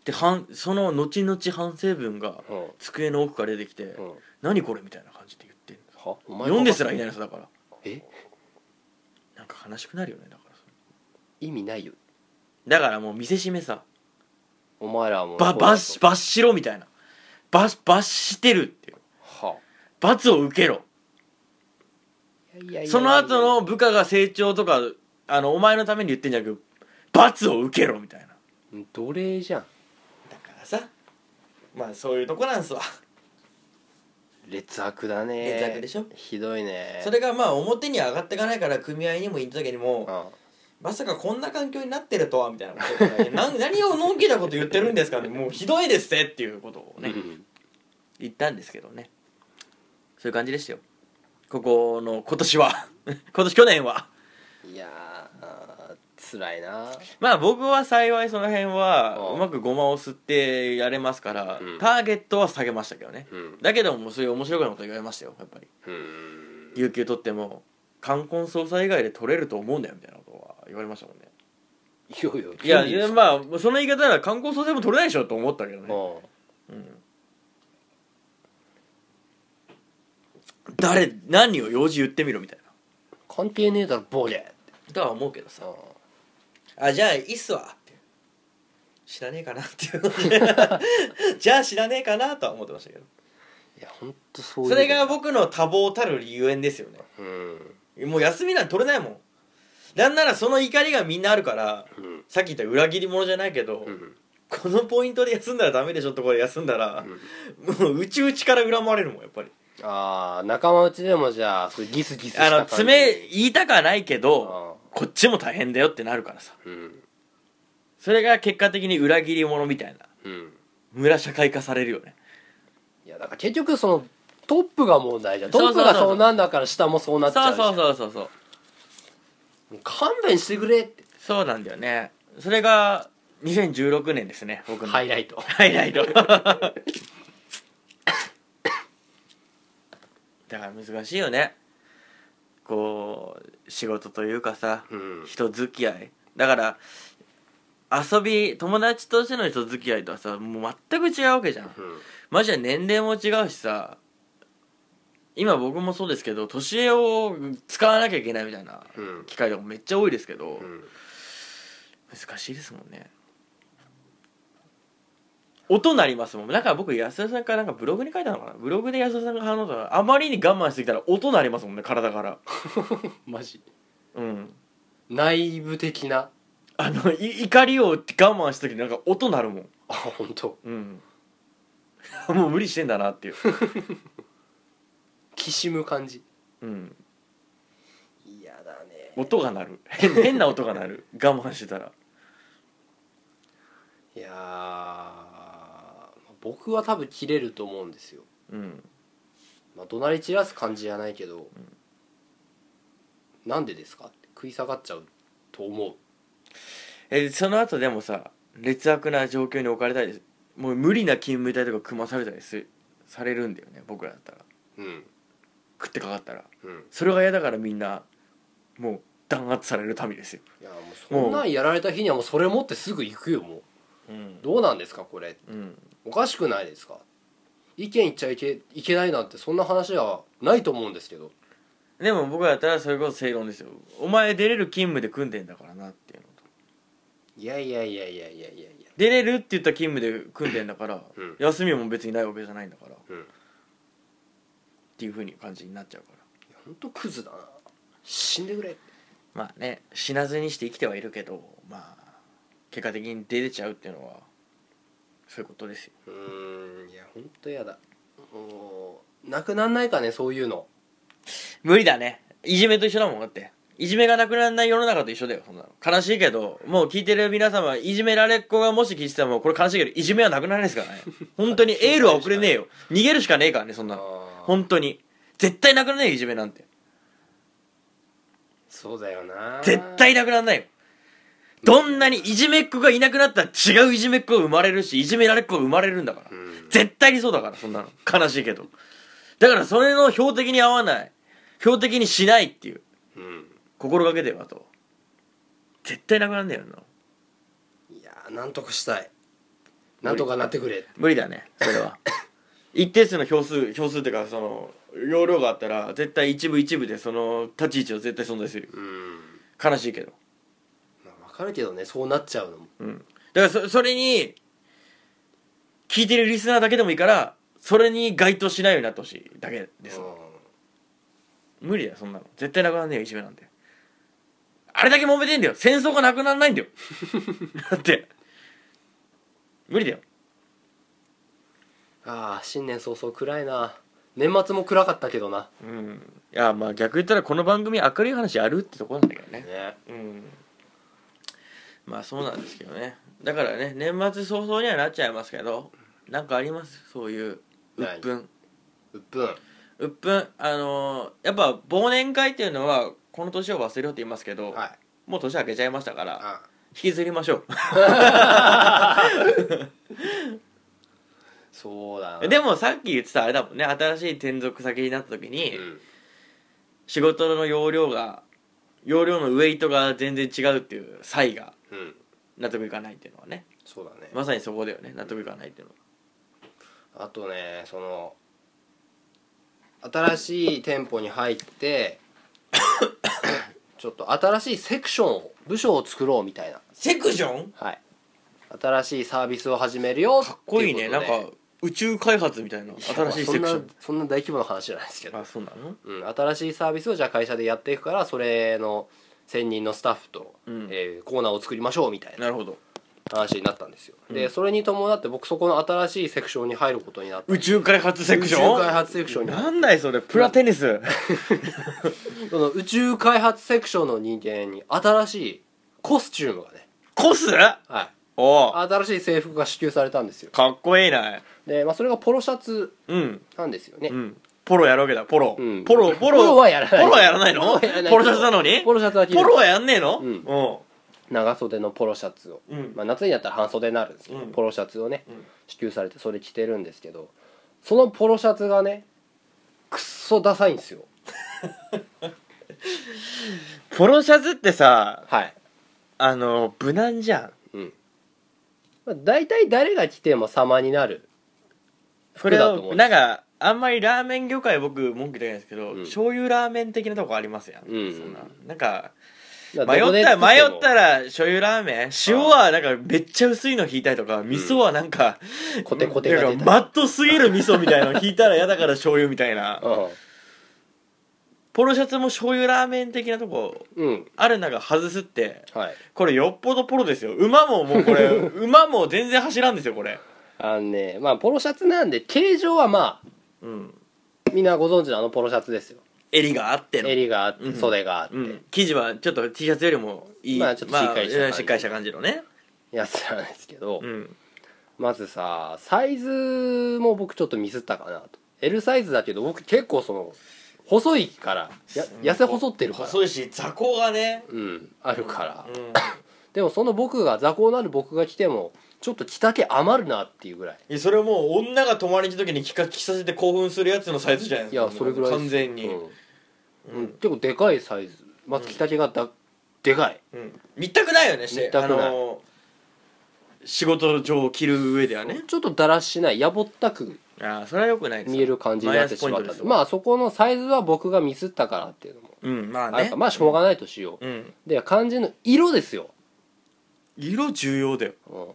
で反その後々反省文がうん机の奥から出てきてうん「何これ?」みたいな感じで言ってんのはお前読んですらいないのさだからえなんか悲しくなるよねだからそれ意味ないよだからもう見せしめさお前らもばばし罰しろみたいな罰罰してるっていうは罰を受けろいやいやいやその後の部下が成長とかあのお前のために言ってんじゃなく罰を受けろみたいな奴隷じゃんだからさまあそういうとこなんすわ劣悪だね劣悪でしょひどいねそれがまあ表には上がっていかないから組合にも行った時にもうんまさかこんな環境になってるとはみたいなことでな何をのんき [laughs] なこと言ってるんですかねもうひどいですねっていうことをねうん言ったんですけどねそういう感じでしたよここの今年は [laughs] 今年去年はいやーあー辛いなまあ僕は幸いその辺はああうまくゴマを吸ってやれますから、うんターゲットは下げましたけどねうんだけどもそういう面白くないこと言われましたよやっぱりうん有給取っても冠婚葬祭以外で取れると思うんだよみたいなことは言われましたもんねいよいよいやいいやまあその言い方なら冠婚葬祭も取れないでしょと思ったけどね、うんうん、誰何を用事言ってみろみたいな関係ねえだろボレとは思うけどさうんあじゃあいいっすわっていう知らねえかな [laughs] っていうじゃあ知らねえかなとは思ってましたけどいやほんとそういうそれが僕の多忙たるゆえんですよねうんもう休みなんて取れないもんなんならその怒りがみんなあるからうんさっき言った裏切り者じゃないけど、うんこのポイントで休んだらダメでしょとこで休んだら、もううちうちから恨まれるもんやっぱりああ仲間内でもじゃあそうギスギスしたあの感じ爪言いたくはないけどあこっちも大変だよってなるからさーうんそれが結果的に裏切り者みたいなうん村社会化されるよねいやだから結局そのトップが問題じゃんトそうそッうプそうがそうなんだから下もそうなそっちゃううじゃんそうそうそうそうもう勘弁してくれってそうなんだよねそれが2016年ですね僕のハイライトハイライト [coughs] だから難しいよねこう仕事というかさうん人付き合いだから遊び友達としての人付き合いとはさもう全く違うわけじゃんうんマジで年齢も違うしさ今僕もそうですけど年上を使わなきゃいけないみたいなうん機会とかめっちゃ多いですけど、うん難しいですもんね音なりますもんなんか僕安田さんからなんかブログに書いたのかなブログで安田さんが反応したのあまりに我慢してきたら音なりますもんね体からマジうん内部的なあのい怒りを我慢した時になんか音なるもんあ本当うん [laughs] もう無理してんだなっていうきしむ感じうん嫌だね音が鳴る変変な音が鳴る我慢してたらいやー僕は多分切れると思うんですようんまあ怒鳴り散らす感じじゃないけど、なんでですかって食い下がっちゃうと思うえその後でもさ劣悪な状況に置かれたりもう無理な勤務体とか組まされたりすされるんだよね僕らだったらうん食ってかかったらうんそれが嫌だからみんなもう弾圧される民ですよ、いやもうそんなんやられた日にはもうそれ持ってすぐ行くよもううんどうなんですかこれうん、おかしくないですか意見言っちゃいけいけないなんてそんな話はないと思うんですけどでも僕だったらそれこそ正論ですよお前出れる勤務で組んでんだからなっていうのといやいやいやいやいやいやいや出れるって言った勤務で組んでんだから、うん休みも別にないわけじゃないんだからっうんていうふうに感じになっちゃうからほんとクズだな死んでくれまあね死なずにして生きてはいるけどまあ結果的に出れちゃうっていうのはそういうことですようーんいやほんとやだもうなくなんないかねそういうの無理だねいじめと一緒だもんだっていじめがなくならない世の中と一緒だよそんなの悲しいけどもう聞いてる皆様いじめられっ子がもし聞いてたらもうこれ悲しいけどいじめはなくならないですからね本当にエールは送れねえよ逃げるしかねえからねそんなのあー本当に絶対なくならないよいじめなんてそうだよな絶対なくならないよどんなにいじめっ子がいなくなったら違ういじめっ子が生まれるしいじめられっ子が生まれるんだからうん絶対にそうだからそんなの悲しいけどだからそれの標的に合わない標的にしないっていううん心がけてばと絶対なくなんだよないやーなんとかしたいなんとかなってくれ無理だねそれは一定数の票数票数っていうかその容量があったら絶対一部一部でその立ち位置は絶対存在するようん悲しいけどまあわかるけどねそうなっちゃうのもうんだからそそれに聞いてるリスナーだけでもいいからそれに該当しないようになってほしいだけです無理だよそんなの絶対なくならねえよいじめなんてあれだけ揉めてんだよ戦争がなくならないんだよだって無理だよああ新年早々暗いな年末も暗かったけどなうんいやまあ逆言ったらこの番組明るい話あるってとこなんだけどねねうんまあそうなんですけどねだからね年末早々にはなっちゃいますけどなんかありますそういう鬱憤うっぷん鬱憤あのーやっぱ忘年会っていうのはこの年を忘れようって言いますけど、はいもう年明けちゃいましたからあ引きずりましょそうだなうでもさっき言ってたあれだもんね新しい転属先になった時に、うん仕事の容量が容量のウェイトが全然違うっていう差異がうん納得いかないっていうのはねそうだねまさにそこだよね納得いかないっていうのはあとねその新しい店舗に入って [coughs] ちょっと新しいセクションを部署を作ろうみたいなセクションはい新しいサービスを始めるよかっこいいってねなうんこか宇宙開発みたいなとで新しいセクシまあョそんなそんな大規模な話じゃないですけンどあ、そうなのうん、新しいサービスをじゃあ会社でやっていくからそれの専任のスタッフと、うんえーコーナーを作りましょうみたいななるほど話になったんですよ、うでんそれに伴って僕そこの新しいセクションに入ることになった宇宙開発セクション宇宙開発セクションに入るなんだいそれプラテニスその宇宙開発セクションの人間に新しいコスチュームがね、コスはい、おう新しい制服が支給されたんですよかっこいいなで、まあ、それがポロシャツうんなんですよね、うんポロやるわけだポロ、うんポロポロポロはやらないポロはやらないのポロはやらないポロシャツなのにポロシャツは着るポロはやんねえのうんお長袖のポロシャツを、ううんまあ、夏になったら半袖になるんですけど、うんポロシャツをねうん支給されてそれ着てるんですけどそのポロシャツがねくっそダサいんですよポロシャツってさはい、あの無難じゃんうんまあ、大体誰が着ても様になるそれ服だと思うをんでなすんかあんまりラーメン業界僕文句言いたくないんですけど、うん醤油ラーメン的なとこありますやん、うんそんななんかだから迷どこっでたら作迷てもったら醤油ラーメン塩はなんかめっちゃ薄いの引いたりとか味噌はなんか、コテコテがな出んたかマットすぎる味噌みたいなの引いたら嫌だから醤油みたいなポロシャツも醤油ラーメン的なとこうん、うん、ある中外すってはいこれよっぽどポロですよ馬もも [laughs] うこれ馬も全然走らんですよこれあのねまあポロシャツなんで形状はまあうんみんなご存知のあのポロシャツですよ襟があっての襟があっうてん袖があって、うん、生地はちょっと T シャツよりもいいまあちょっとしっかりした感じまあしっかりした感じのねやつなんですけど、うんまずさサイズも僕ちょっとミスったかなと L サイズだけど僕結構その細いからや痩せ細ってるから細いし座高がねうんあるから、うんでもその僕が雑魚なる僕が来てもちょっと着丈余るなっていうぐらいいやそれはもう女が泊まりに来た時に着か着させて興奮するやつのサイズじゃないいですかやそれぐらいです完全に、うんうん結構でかいサイズまず着丈がだ、でかいうん見たくないよねして見たくないあの仕事上着る上ではねちょっとだらしないやぼったくああそれはよくないです見える感じになってしまったとまああそこのサイズは僕がミスったからっていうのもうんまああるねからまあしょうがないとしよううんで漢字の色ですよ、色重要だようん、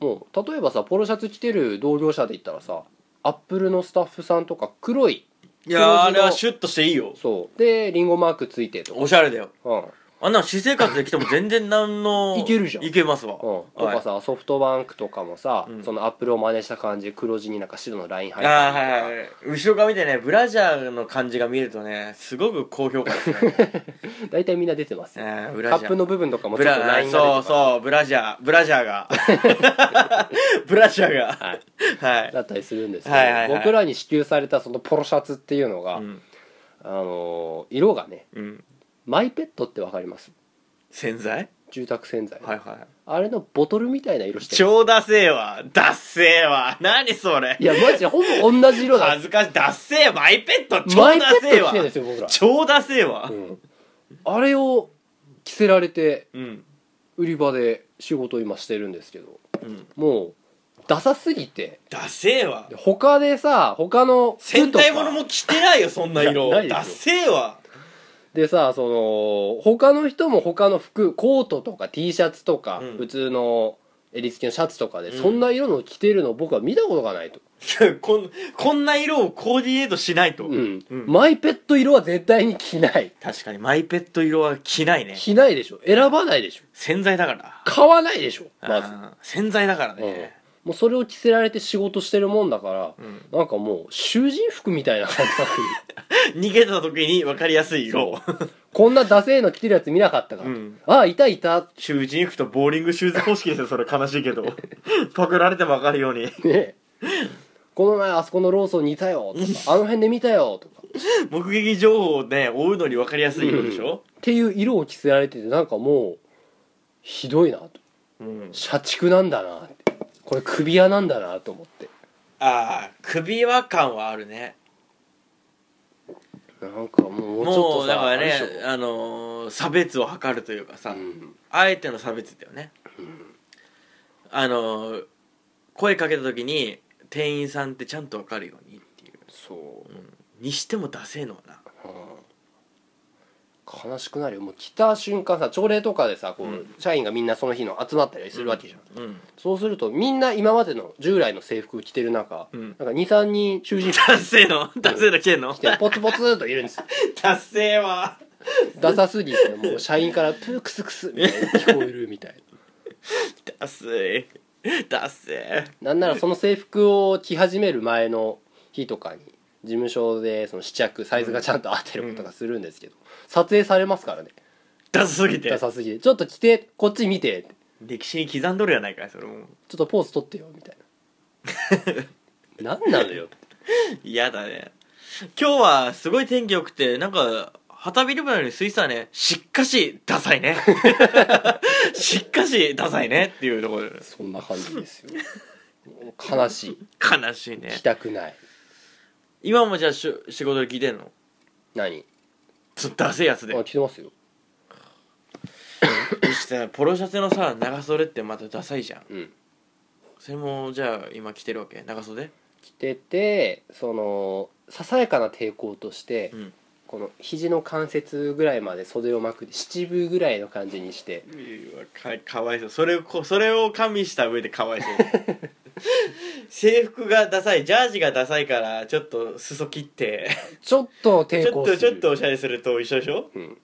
もう例えばさポロシャツ着てる同業者で言ったらさアップルのスタッフさんとか黒いいやーあ黒地のれはシュッとしていいよそうでリンゴマークついてとかおしゃれだようんあんなの私生活で来ても全然なんの [laughs] いけるじゃんいけますわ、うん、とかさソフトバンクとかもさ、うんそのアップルを真似した感じ黒地になんか白のライン入ってああたりはいとかはいはい後ろ側見てねブラジャーの感じが見えるとねすごく高評価です [laughs] ね大体みんな出てますえよーブカラジャップーの部分とかもちブょっとララインが出てそまうすそうブラジャーブラジャーが [laughs] ブラジャーがはいはい、だったりするんですけど、はいはいはい僕らに支給されたそのポロシャツっていうのが、うんあのー色がねうん、マイペットってわかります洗剤住宅洗剤、はいはいあれのボトルみたいな色してる超ダセえわダッセえわ何それいやマジでほぼ同じ色だ恥ずかしいダッセえマイペット超マイペダットセえ着わてるんですよ僕ら、超ダセえわうん、あれを着せられてうん売り場で仕事を今してるんですけどうんもうダサすぎてダセえわ他でさ他の服戦とか隊ものも着てないよそんな色いやないですよダッセえわでさその他の人も他の服コートとか T シャツとか、うん普通の襟付きのシャツとかで、うんそんな色の着てるのを僕は見たことがないと、 [laughs] こんこんな色をコーディネートしないと、うんうんマイペット色は絶対に着ない確かにマイペット色は着ないね着ないでしょ選ばないでしょ洗剤だから買わないでしょまず、あー洗剤だからうんね、もうそれを着せられて仕事してるもんだから、うんなんかもう囚人服みたいな感覚に逃げた時に分かりやすい色こんなダセーの着てるやつ見なかったから、うんああいたいた囚人服とボーリングシューズ方式ですよそれ悲しいけど [laughs] パクられても分かるようにねこの前あそこのローソンにいたよとかあの辺で見たよとか目撃情報をね追うのに分かりやすい色でしょ、っていう色を着せられててなんかもうひどいなとうん社畜なんだなってこれ首輪なんだなと思ってああ首輪感はあるねなんかもうちょっもとうさだからあねれでしょあのー差別を図るというかさ、うんあえての差別だよね、あのー声かけた時に店員さんってちゃんと分かるようにっていうそう、にしてもダセえのはなうん悲しくなるよもう着た瞬間さ朝礼とかでさこう、うん社員がみんなその日の集まったりするわけじゃん、うんそうするとみんな今までの従来の制服着てる中、うんなんか23人囚人服ダセえのダセえの来てんの着てポツポツっといるんですよダセえわダサすぎてもう社員からプークスクスみたいに聞こえるみたいダセえダセえななんならその制服を着始める前の日とかに事務所でその試着サイズがちゃんと合ってることがするんですけど、撮影されますからねダサすぎてダサすぎて「ちょっと着てこっち見て」歴史に刻んどるやないかいそれもちょっとポーズ取ってよ」みたいな何なのよ嫌だね今日はすごい天気良くてなんか旗ビルバのように水産ねしっかしダサい [laughs] ねしっかしダサいねっていうところでそんな感じですよもう悲しい悲しいね着たくない今もじゃあしゅ仕事で聞いてんの何ちょっとダセいやつであ着てますよそしてねポロシャツのさ長袖ってまたダサいじゃんうんそれもじゃあ今着てるわけ長袖着ててそのささやかな抵抗として、うんこの肘の関節ぐらいまで袖を巻く七分ぐらいの感じにしてかかわいそうそれをこそれを加味した上でかわいそう [laughs] 制服がダサいジャージがダサいからちょっと裾切ってちょっとち抵ょっ抗とすちょっるとおしゃれすると一緒でしょうん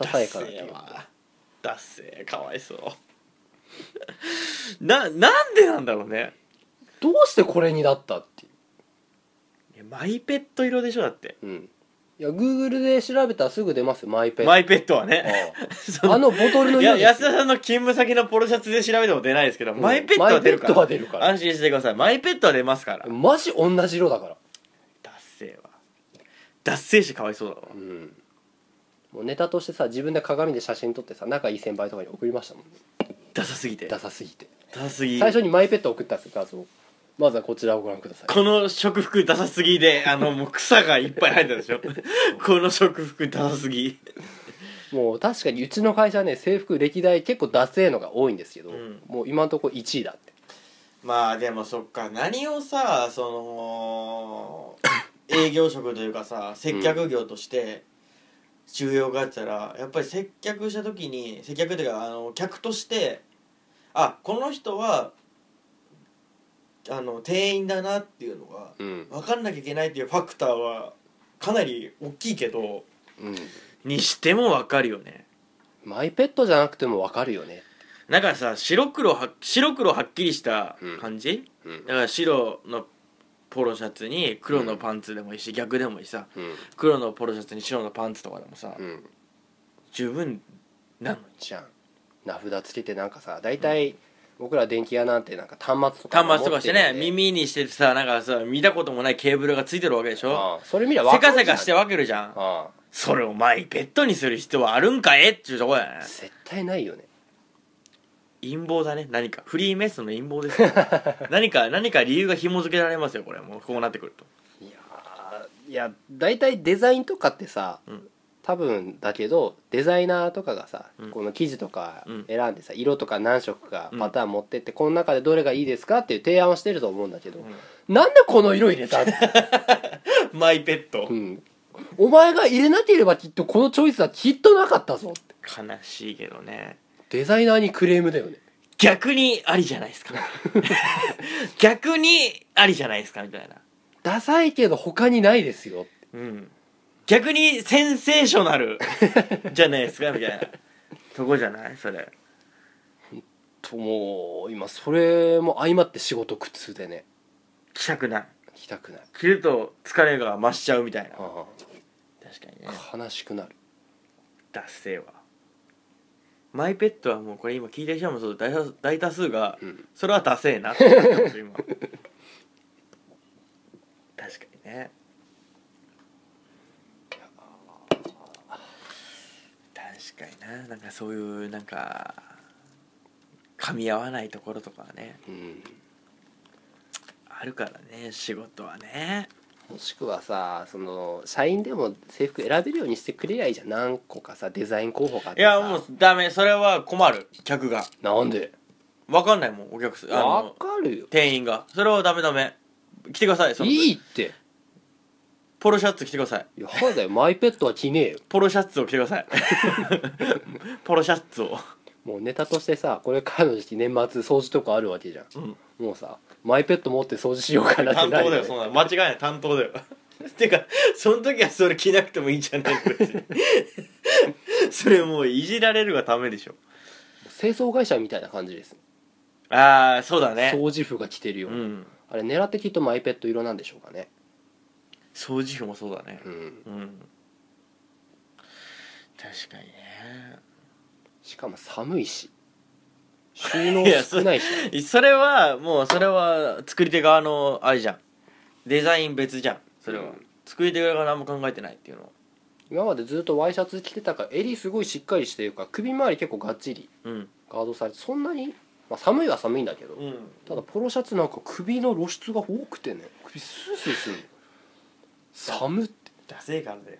ささやかな抵抗ダッセーかわいそう [laughs] ななんでなんだろうねどうしてこれになったっていいやマイペット色でしょだってううんいやグーグルで調べたらすぐ出ますよマイペットマイペットはねあ [laughs] あそのあのボトルのいや色で [laughs] 安すよ田さんの勤務先のポロシャツで調べても出ないですけど、うんマイペットは出るからマイペットは出るから安心してくださいマイペットは出ますからマジ同じ色だからダッセーはダッセーしかわいそうだわうんもうネタとしてさ自分で鏡で写真撮ってさ仲いい先輩とかに送りましたもんねダサすぎてダダサすぎてサすぎ最初にマイペット送ったんですよ画像まずはこちらをご覧くださいこの食服ダサすぎであのもう草がいっぱい生えた [laughs] でしょこの食服ダサすぎもう確かにうちの会社ね制服歴代結構ダセえのが多いんですけど、うんもう今のところ1位だってまあでもそっか何をさその営業職というかさ接客業として収容があったらやっぱり接客した時に接客というかあの客としてあこの人はあの店員だなっていうのがうん分かんなきゃいけないっていうファクターはかなり大きいけどうんにしてもわかるよねマイペットじゃなくてもわかるよねだからさ白黒は白黒はっきりした感じ、うんだから白のポロシャツに黒のパンツでもいいし、逆でもいいしさうん黒のポロシャツに白のパンツとかでもさ、うん十分なのにじゃん名札つけてなんかさ大体僕ら電気屋なんてなんか端末とか端末とかしてね持ってるんで耳にしててさなんかさ見たこともないケーブルがついてるわけでしょああそれ見りゃせわかかるせかしてわ分けるじゃんあそれをマイペットにする必要はあるんかえっていうとこだよあね絶対ないよね陰謀だね何かフリーメイソンの陰謀 [laughs] ですよ何か何か理由が紐付けられますよこれもうこうなってくるといやーいや大体デザインとかってさ、うん多分だけどデザイナーとかがさ、うんこの生地とかうん選んでさ色とか何色かパターン持ってって、この中でどれがいいですかっていう提案をしてると思うんだけど、なんでこの色入れたって、マイペットうんお前が入れなければきっとこのチョイスはきっとなかったぞって悲しいけどねデザイナーにクレームだよね逆にありじゃないです [laughs] か逆にありじゃないですかみたいなダサいけど他にないですようん逆にセンセーショナ [laughs] ルじゃないですかみたいなとこじゃないそれともう今それも相まって仕事苦痛でね着たくない着たくない、着ると疲れが増しちゃうみたいなあ確かにねあ悲しくなるダッセーわマイペットはもうこれ今聞いてる人もそう大多数大多数が、うんそれはダセーなってなってま [laughs] す今確かにね確かにななんかそういうなんか噛み合わないところとかはねうんあるからね仕事はねもしくはさその社員でも制服選べるようにしてくれりゃいいじゃん何個かさデザイン候補があっいてさやもうダメそれは困る客がなんで分かんないもんお客さんあわのかるよ店員がそれはダメダメ来てくださいそのいいってポロシャツ着てくださいいやだよマイペットは着ねえよポロシャツを着てくださ [laughs] いポロシャツをもうネタとしてさこれからの時期年末掃除とかあるわけじゃん、んもうさマイペット持って掃除しようかなって担当なるだよそんなの間違いない担当だよ [laughs] てかその時はそれ着なくてもいいんじゃないの別にそれもういじられるがためでしょ清掃会社みたいな感じです、ああそうだね掃除服が着てるよううな、んあれ狙ってきっとマイペット色なんでしょうかね掃除服もそうだねうんうん確かにねしかも寒いし収納いやそ少ないしそれはもうそれは作り手側のあれじゃんデザイン別じゃんそれは、うん作り手側が何も考えてないっていうのは今までずっとワイシャツ着てたから襟すごいしっかりしてるから首周り結構がっちりうんガードされてそんなに、まあ、寒いは寒いんだけど、うんただポロシャツなんか首の露出が多くてね首スースーするの寒ってダセーから [laughs] だよ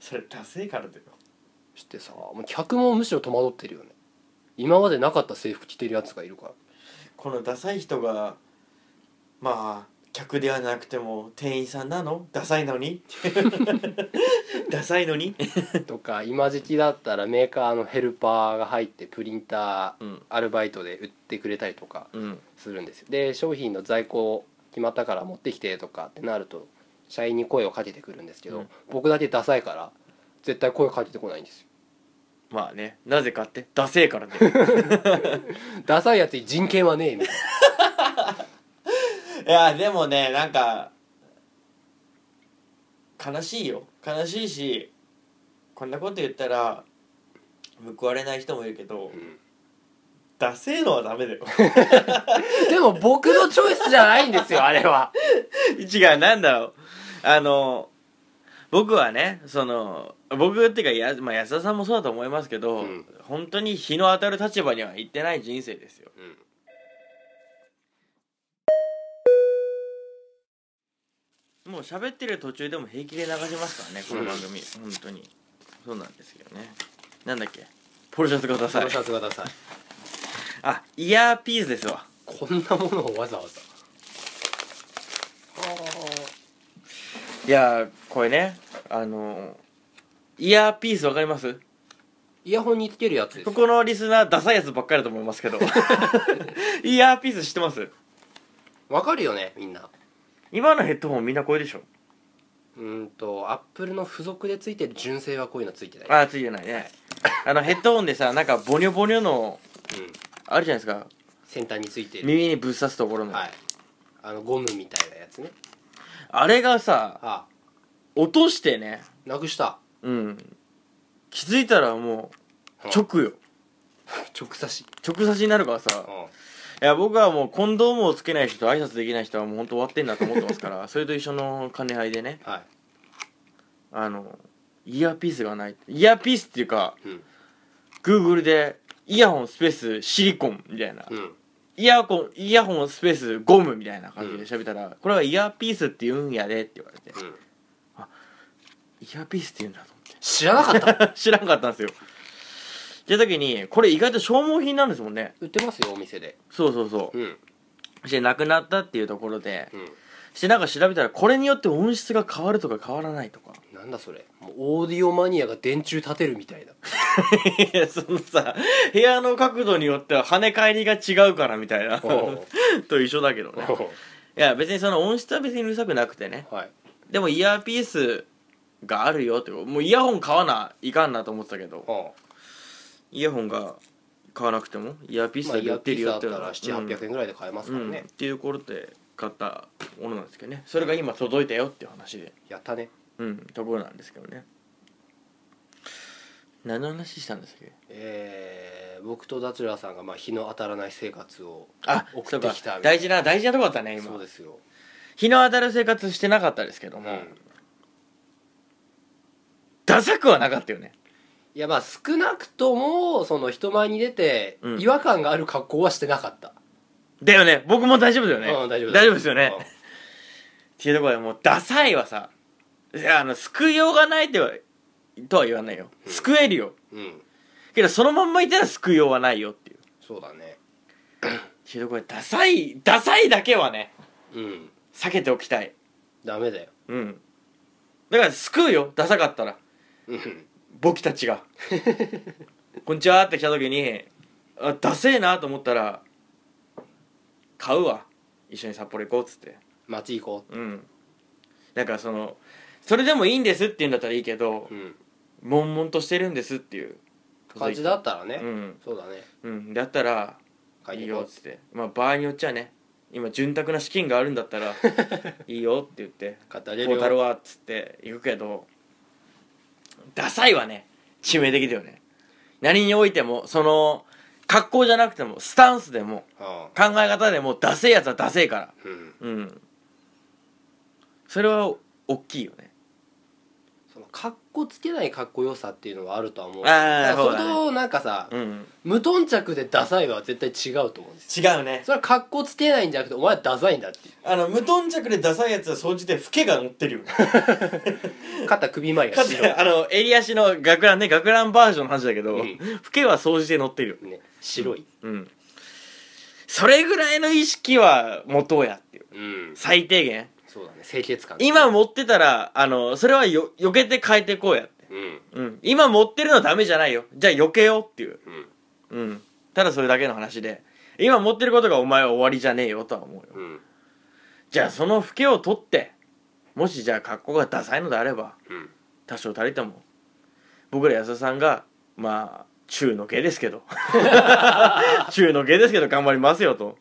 それダセーからだよしてさもう客もむしろ戸惑ってるよね今までなかった制服着てるやつがいるからこのダサい人がまあ客ではなくても店員さんなのダサいの [laughs] にダサいのに [laughs] とか今時期だったらメーカーのヘルパーが入ってプリンタうーんアルバイトで売ってくれたりとかうんするんですよで商品の在庫決まったから持ってきてとかってなると社員に声をかけてくるんですけど、うん僕だけダサいから絶対声かけてこないんですよまあねなぜかってダセーからだよダサいやつに人権はねえみたいないやでもねなんか悲しいよ悲しいしこんなこと言ったら報われない人もいるけど、んダセーのはダメだよでも僕のチョイスじゃないんですよあれは [laughs] 違うなんだろうあの僕はねその僕っていうかや、まあ、安田さんもそうだと思いますけど、うん本当に日の当たる立場には行ってない人生ですよもう喋ってる途中でも平気で流しますからねこの番組、本当にそうなんですけどねなんだっけポロシャツくだこさいのシャツがダサいあイヤーピースですわここんなものをわざわざいやーこれねあのーイヤーピースわかりますイヤホンにつけるやつですこよこのリスナーダサいやつばっかりだと思いますけど [laughs] イヤーピース知ってますわかるよねみんな今のヘッドホンみんなこれでしょうーんとアップルの付属でついてる純正はこういうのついてないああついてないねあのヘッドホンでさなんかボニョボニョのうん、あるじゃないですか先端についてる耳にぶっ刺すところの、はいあのゴムみたいなやつねあれがさあ落としてねなくしたうん気づいたらもう直よ直差し直差しになるからさういや僕はもうコンドームをつけない人と挨拶できない人はもう本当終わってんなと思ってますから [laughs] それと一緒の兼ね合いでねんはいあのイヤーピースがないイヤーピースっていうかうんグーグルでイヤホンスペースシリコンみたいな、うんイヤホンイヤホンスペースゴムみたいな感じで喋ったら、これはイヤーピースって言うんやでって言われて、イうんヤーピースって言うんだと知らなかった [laughs] 思って [laughs] 知らんかったんですよって時にこれ意外と消耗品なんですもんね売ってますよお店でそうそうそうう、んしてなくなったっていうところでうんしてなんか調べたらこれによって音質が変わるとか変わらないとかなんだそれもうオーディオマニアが電柱立てるみたいだいやそのさ部屋の角度によっては跳ね返りが違うからみたいなおうと一緒だけどねおいや別にその音質は別にうるさくなくてねうはいでもイヤーピースがあるよってもうイヤホン買わないかんなと思ってたけどおうイヤホンが買わなくてもイヤーピースまあだイけ売ヤーっピてーるスよだっってたのはら700800円ぐらいで買えますうからん、うんっねていうところで買ったものなんですけどねそれが今届いたよっていう話でやったねうんところなんですけどね何の話したんですっけえー僕とダチュラさんがまあ日の当たらない生活をあ送ってきたそうかみたい大事な大事なとこだったねなそう今ですよ日の当たる生活してなかったですけどうも、んダサくはなかったよねいやまあ少なくともその人前に出てうん違和感がある格好はしてなかった、だよね僕も大丈夫だよね、うん大丈夫大丈夫ですよね、っていうところでもうダサいはさいやあの救いようがないとはとは言わないようん救えるよ、うん、うんけどそのまんまいたら救いようはないよっていうそうだねっていうところでダサいダサいだけはねうん避けておきたいダメだようんだから救うよダサかったらうん僕たちが「 [laughs] こんにちは」って来た時にあダセえなと思ったら「買うわ一緒に札幌行こう」っつって街行こうんなんかそのそれでもいいんですって言うんだったらいいけどう、うん、悶々としてるんですっていう感じだったらね、うん、そうだねうん、だったら買いいいに行よこっつってまあ場合によっちゃね今潤沢な資金があるんだっ [laughs] たらいいよって言ってう買ってあ「げ孝る太郎よは」っつって行くけどダサいはね致命的だよね何においてもその格好じゃなくてもスタンスでも考え方でもダセえやつはダセえからうん、うん、うんそれは大きいよねその格好つけない格好良さっていうのはあるとは思うあーだからそそうれだねとなんかさ、うん無頓着でダサいは絶対違うと思うんですよ違うねそれは格好つけないんじゃなくてお前はダサいんだっていうあの無頓着でダサいやつは総じて老けが乗ってるよね [laughs] 肩首周りがだっ白い [laughs] てあの襟足の学ランね学ランバージョンの話だけど、うん老けは掃除で乗ってるよね白いうんそれぐらいの意識は持とうやっていううん最低限そうだね清潔感今持ってたらあのそれはよ避けて変えてこうやって、うんうん、今持ってるのはダメじゃないよじゃあ避けようっていう、うんうん、ただそれだけの話で今持ってることがお前は終わりじゃねえよとは思うようんじゃあその老けを取ってもしじゃあ格好がダサいのであればうん多少足りても僕ら安田さんがまあ中の下です [laughs] けど中の下ですけど頑張りますよと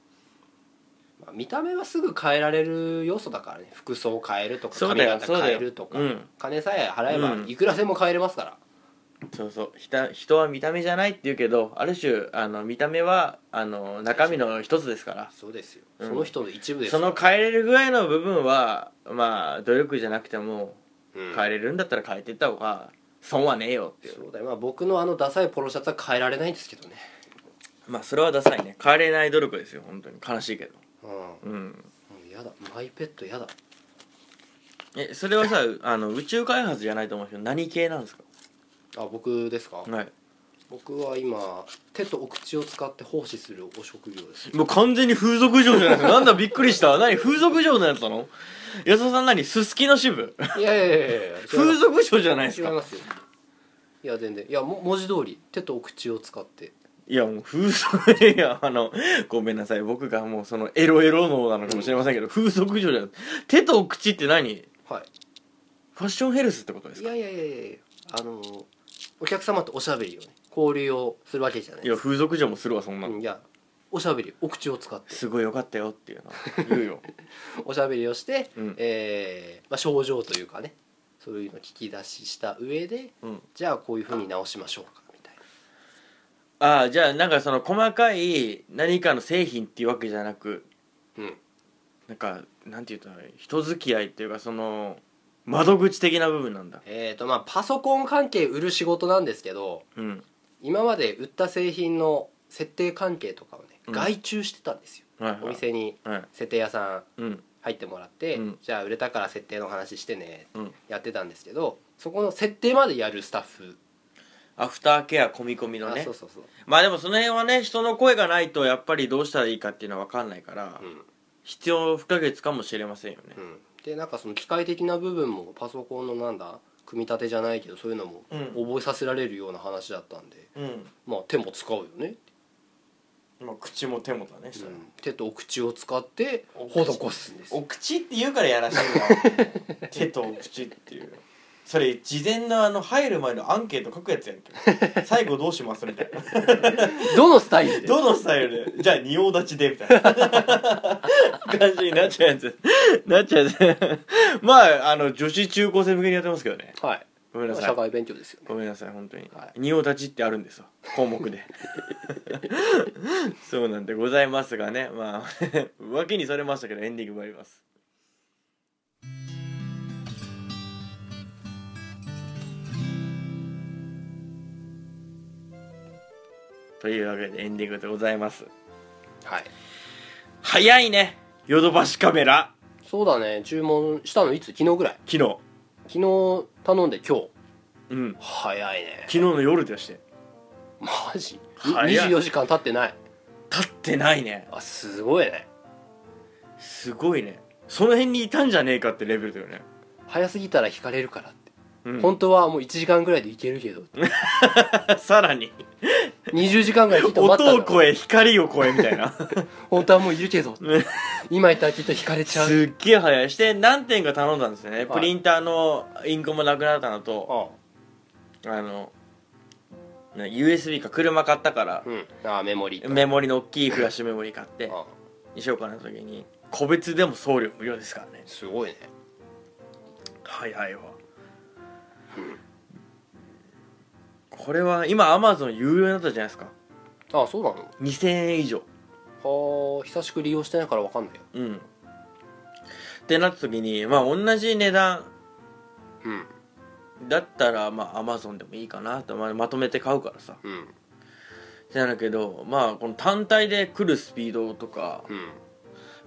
まあ見た目はすぐ変えられる要素だからね服装変えるとかそう髪だよ型変えるとか、そうだようん金さえ払えうんばいくらでも変えれますから、そうそうひた人は見た目じゃないって言うけどある種あの見た目はあの中身の一つですからそうですよ、うんその人の一部ですそからの変えれるぐらいの部分はまあ努力じゃなくてもうん変えれるんだったら変えていった方が損はねえよっていうそうだよまあ僕のあのダサいポロシャツは変えられないんですけどねまあそれはダサいね変えれない努力ですよ本当に悲しいけどうんもうんうやだマイペットやだえそれは [laughs] さあの宇宙開発じゃないと思うけど何系なんですかあ僕ですか、はい僕は今手とお口を使って奉仕するお職業 [laughs] ですもう完全に風俗嬢じゃないですかなんだびっくりした何風俗嬢のやつなの安田さん何すすきの支部いやいやいやいや違います風俗嬢じゃないです違いかますよいや全然いやも文字通り手とお口を使っていやもう風俗い [laughs] やあのごめんなさい僕がもうそのエロエロのなのかもしれませんけど、風俗嬢じゃない手と口って何はファッションヘルスってことでいすいかやいやいやいやいやあのーお客様とおしゃべりをね交流をするわけじゃないいやです風俗嬢もするわそんなうの、んいやおしゃべりお口を使ってすごいよかったよっ [laughs] ていうの言うよおしゃべりをして、うんえーまあ、症状というかねそういうの聞き出しした上で、うんじゃあこういうふうに直しましょうかみたいなああじゃあなんかその細かい何かの製品っていうわけじゃなくうんなんかなんて言ったらいい人付き合いっていうかその窓口的な部分なんだえーとまあパソコン関係売る仕事なんですけどうん今まで売った製品の設定関係とかをねうん外注してたんですよ、はいはいお店にはい設定屋さんうん入ってもらって、うんじゃあ売れたから設定の話してねうんやってたんですけどそこの設定までやるスタッフ、アフターケア込み込みのあねそうそうそう、まあでもその辺はね人の声がないとやっぱりどうしたらいいかっていうのは分かんないから、うん必要不可欠かもしれませんよねう、ん、でなんかその機械的な部分もパソコンのなんだ組み立てじゃないけどそういうのもうん覚えさせられるような話だったんで、うんまあ手も使うよね、まあ口も手もだねしたら、手とお口を使って施すんですお口って言うからやらしい [laughs] わ手とお口っていうそれ事前のあの入る前のアンケート書くやつやん [laughs] け最後どうしますみたいなどのスタイルでどのスタイルでじゃあ仁王立ちでみたいな [laughs] 感じになっちゃうやつなっちゃうやつまああの女子中高生向けにやってますけどねはいごめんなさ社い会勉強ですよねごめんなさい本当にはい仁王立ちってあるんですよ項目で [laughs] そうなんでございますがねまあ [laughs] 脇にそれましたけどエンディング参りますというわけでエンディングでございますはい早いねヨドバシカメラそうだね注文したのいつ昨日ぐらい昨日昨日頼んで今日うん早いね昨日の夜でしてマジ早い24時間経ってない立ってないねあすごいねすごいねその辺にいたんじゃねえかってレベルだよね早すぎたら引かれるからって、うん本当はもう1時間ぐらいでいけるけどって [laughs] さらに20時間ぐらいきっと待った音んをだ超え光を超えみた [laughs] いな本当はもういるけどね今いたらきっと引かれちゃうすっげえ早いして何点か頼んだんですよね、いプリンターのインクもなくなったのとああのな USB か車買ったからあ、うんああメモリーとメモリの大きいフラッシュメモリ買ってああにしようかなの時に個別でも送料無料ですからねすごいね早いわこれは今アマゾン有料になったじゃないですかああそうなの2000円以上はあ久しく利用してないから分かんないようんってなった時にまあ同じ値段うんだったらまあアマゾンでもいいかなと、まあ、まとめて買うからさうんってなるけどまあこの単体で来るスピードとかうん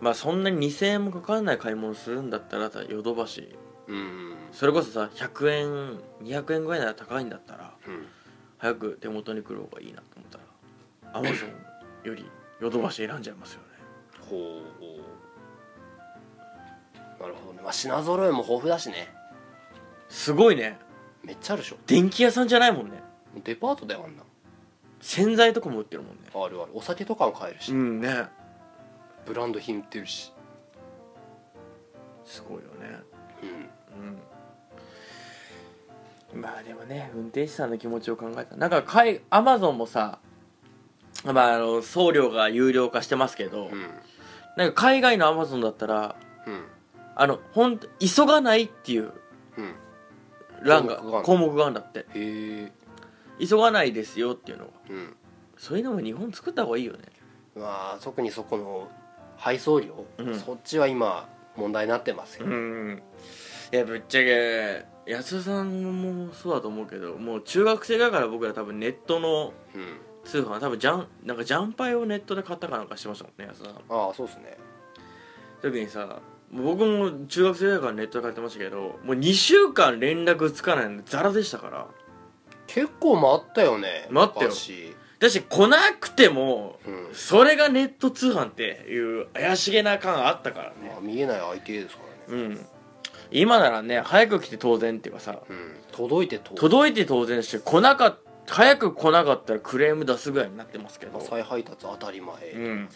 まあそんなに2000円もかかんない買い物するんだったらさヨドバシうんそれこそさ100円200円ぐらいなら高いんだったらうん早く手元に来る方がいいなと思ったらアマゾンよりヨドバシ選んじゃいますよねほうなるほどねまあ品揃えも豊富だしねすごいねめっちゃあるでしょ電気屋さんじゃないもんねデパートだよあんな洗剤とかも売ってるもんねあるあるお酒とかも買えるし、うんねブランド品売ってるしすごいよねうんうんまあでもね運転手さんの気持ちを考えたなんか海アマゾンもさまああの送料が有料化してますけど、うんなんか海外のアマゾンだったらうんあのほん急がないっていううん欄が項項目があるんだってへえ急がないですよっていうのがうんそういうのも日本作った方がいいよねまあ特にそこの配送料、うんそっちは今問題になってますよ、んいやぶっちゃけ安田さんもそうだと思うけどもう中学生だから僕ら多分ネットのうん通販多分ジャンなんかジャンパイをネットで買ったかなんかしてましたもんね安田さんああそうっすね時にさ僕も中学生だからネットで買ってましたけどもう2週間連絡つかないのザラでしたから結構待ったよね待ったよバシだし来なくても、うんそれがネット通販っていう怪しげな感あったからねまあ、見えない相手ですからねうん今ならね早く来て当然っていうかさうん届いてと届いて当然して来なかっ早く来なかったらクレーム出すぐらいになってますけまあど再配達当たり前、うえん、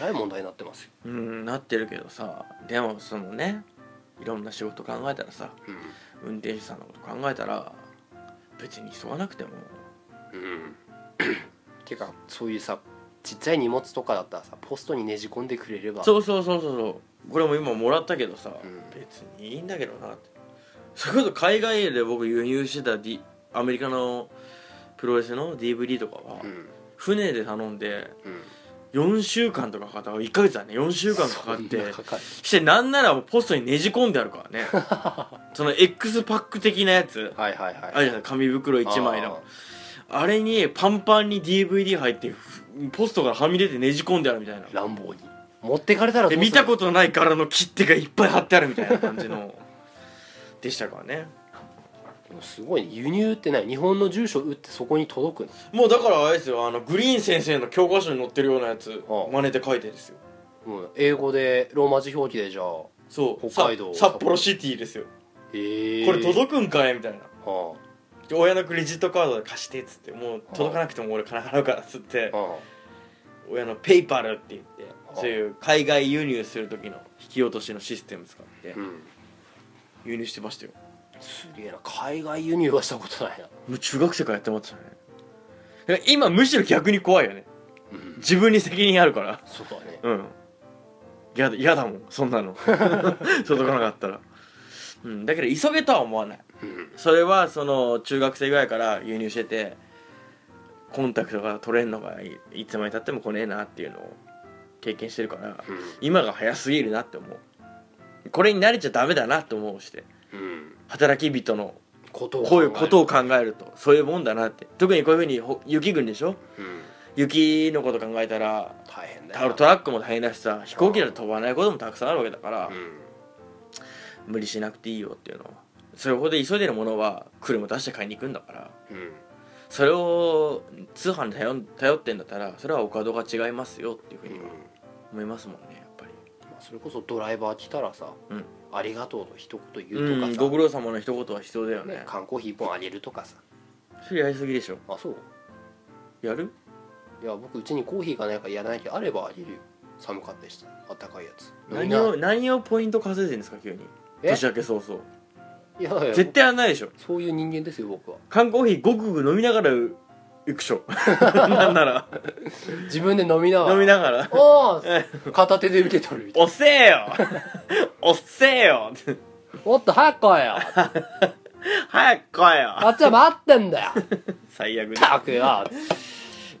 らい問題になってますよ、うん、なってるけどさでもそのねいろんな仕事考えたらさう運転手さんのこと考えたら別に急がなくてもん [clears throat] うん、てかそういうさちっちゃい荷物とかだったらさポストにねじ込んでくれればそうそうそうそうそうこれも今もらったけどさ、うん別にいいんだけどなってそれこそ海外で僕輸入してた、D、アメリカのプロレスの DVD とかは、うん船で頼んでうん、 4週間とかかかった1ヶ月だね4週間かかっそんてなかかるしてなんならもうポストにねじ込んであるからね [laughs] その X パック的なやつはいはいはいあるじゃない紙袋1枚のあれにパンパンに DVD 入ってふポストからはみ出てねじ込んであるみたいなあー乱暴に持ってかれたらどうでする見たことない柄の切手がいっぱい貼ってあるみたいな感じのでしたからねでもすごいね輸入ってない日本の住所打ってそこに届くのもうだからあれですよあのグリーン先生の教科書に載ってるようなやつああ真似て書いてですようん、英語でローマ字表記でじゃあそう北海道さ札幌シティですよへえこれ届くんかいみたいなはで親のクレジットカードで貸してっつってもう届かなくても俺金払うからっつってあは親のペイパルって言ってあそういう海外輸入する時の引き落としのシステム使ってあうん輸入してましたよすげえな海外輸入はしたことないなもう中学生からやってもらってたねだから今むしろ逆に怖いよねうん自分に責任あるからそうだねうん嫌だ嫌だもんそんなの [laughs] 届かなかったらうんだけど急げとは思わないうんそれはその中学生ぐらいから輸入しててコンタクトが取れんのがいいつまでたっても来ねえなっていうのを経験してるから今が早すぎるなって思うこれに慣れちゃダメだなと思うしてうんうん働き人のことをこういうことを考考えるとそういうもんだなって特にこういうふうにほ雪国でしょえるうん雪のこと考えたら大変だタよトラックも大変だしさ飛行機だと飛ばないこともたくさんあるわけだからうん無理しなくていいよっていうのはそれほど急いでるものは車出して買いに行くんだからうんそれを通販に頼ん頼ってんだったらそれはお門が違いますよっていうふううにんは思いますもんねやっぱりまあそれこそドライバー来たらさうん「ありがとう」と一言う言うんとご苦か労様の一言は必要だよさねね缶コーヒー一本あげるとかさそれやりすぎでしょあそうやるいや僕うちにコーヒーがないからやらないけどあればあげるよ寒かったしさあったかいやつ何飲みを何をポイント稼いでんですか急にえ年明け早々ないやいや絶対やんないでしょそういう人間ですよ僕は缶コーヒーごくごく飲みながら行くでしょなんなら自分で飲みながら飲みながらああ片手で受け取るみたいおっせえよおっせえよなもっと早く来いよ早く来いあよっちは待ってんだよ最悪ねったくよ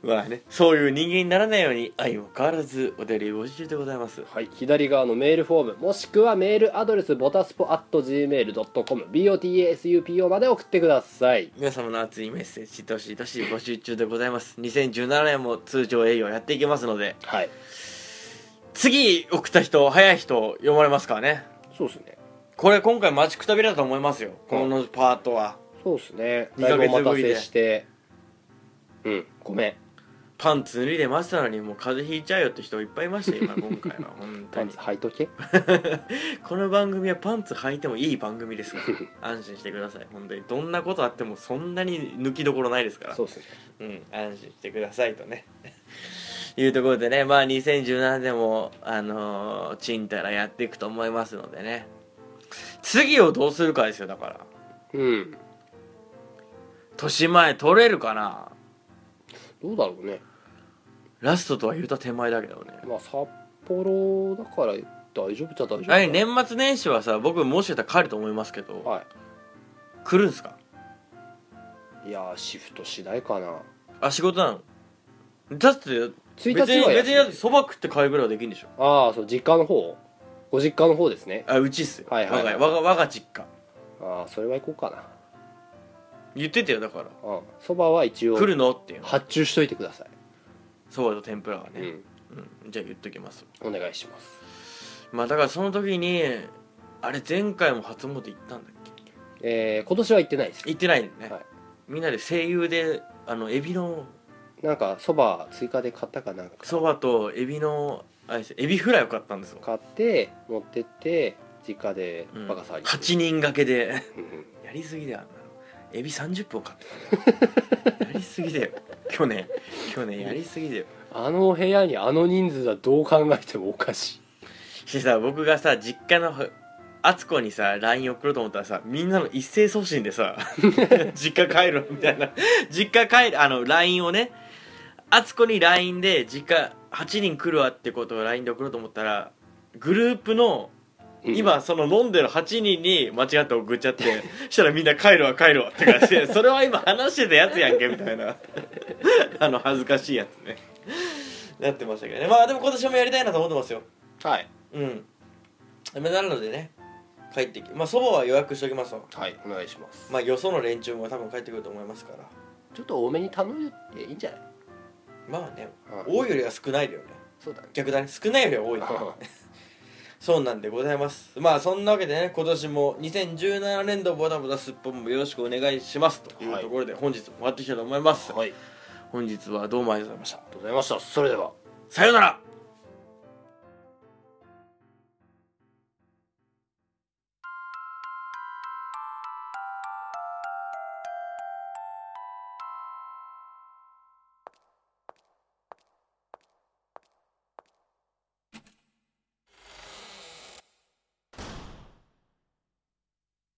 まあねそういう人間にならないように相も変わらずお便り募集中でございますはい、左側のメールフォームもしくはメールアドレスボタスポ at gmail.com botasupo まで送ってください皆様の熱いメッセージどしどし募集中でございます2017年も通常営業やっていきますのではい次送った人早い人読まれますからねそうですねこれ今回待ちくたびれだと思いますよこのパートはそうですね二ヶ月だぶりでいぶお待たせしてうんごめんパンツ脱いでましたのにもう風邪ひいちゃうよって人いっぱいいましたよ今今回 [laughs] は本パ当ンにツ履いと [laughs] けこの番組はパンツ履いてもいい番組ですから安心してください本当にどんなことあってもそんなに抜きどころないですからそうですねうん、安心してくださいとね [laughs] いうところでねまあ2017年もあのー、ちんたらやっていくと思いますのでね次をどうするかですよだからうん年前取れるかなどうだろうねラストとは言うた手前だけどねまあ札幌だから大丈夫じゃ大丈夫あれ年末年始はさ僕もしかしたら帰ると思いますけどは来るんすかいいやーシフト次第かなあ仕事なのだって別1に日は休み別にだってそば食って帰るぐらいはできるんでしょああそう実家の方ご実家の方ですねあうちっすよ、はいはいはい我が我が我が実家ああそれは行こうか言ってたよだからなうんそばは一応来るのっていう発注しといてください、そばと天ぷらはうね、ん、うん、じゃあ言っときますお願いしますまあだからその時にあれ前回も初詣行ったんだっけえー、今年は行ってないです行ってないんだね、はいみんなで声優であのエビのなんかそば追加で買ったかなんかそばとエビのあれですエビフライを買ったんですよ、買って持ってって直でうん、バカ騒ぎ8人掛けでうんやりすぎだよあんなのエビ30本買ってたやりすぎだよ去年去年やりすぎだよあの部屋にあの人数はどう考えてもおかしいしてさ僕がさ実家の敦子にさ LINE 送ろうと思ったらさみんなの一斉送信でさ [laughs] 実家帰ろうみたいな実家帰るあの LINE をね敦子に LINE で実家8人来るわってことを LINE で送ろうと思ったらグループのうん今その飲んでる8人に間違って送っちゃって [laughs] そしたらみんな帰るわ帰るわって感じ [laughs] でそれは今話してたやつやんけみたいなあの恥ずかしいやつねなってましたけどねまあでも今年もやりたいなと思ってますよはいうんなのでね帰ってきまあ祖母は予約しておきますわはいお願いしますまあよその連中も多分帰ってくると思いますからちょっと多めに頼んでいいんじゃないまあねうん多いよりは少ないだよねそうだね逆だね少ないより [laughs] は多いだねそうなんでございますまあそんなわけでね今年も2017年度ボタボタすっぽんもよろしくお願いしますというところで本日も終わっていきたいと思います、はいありが本日はどうもありがとうございましたとうございましたそれではさようなら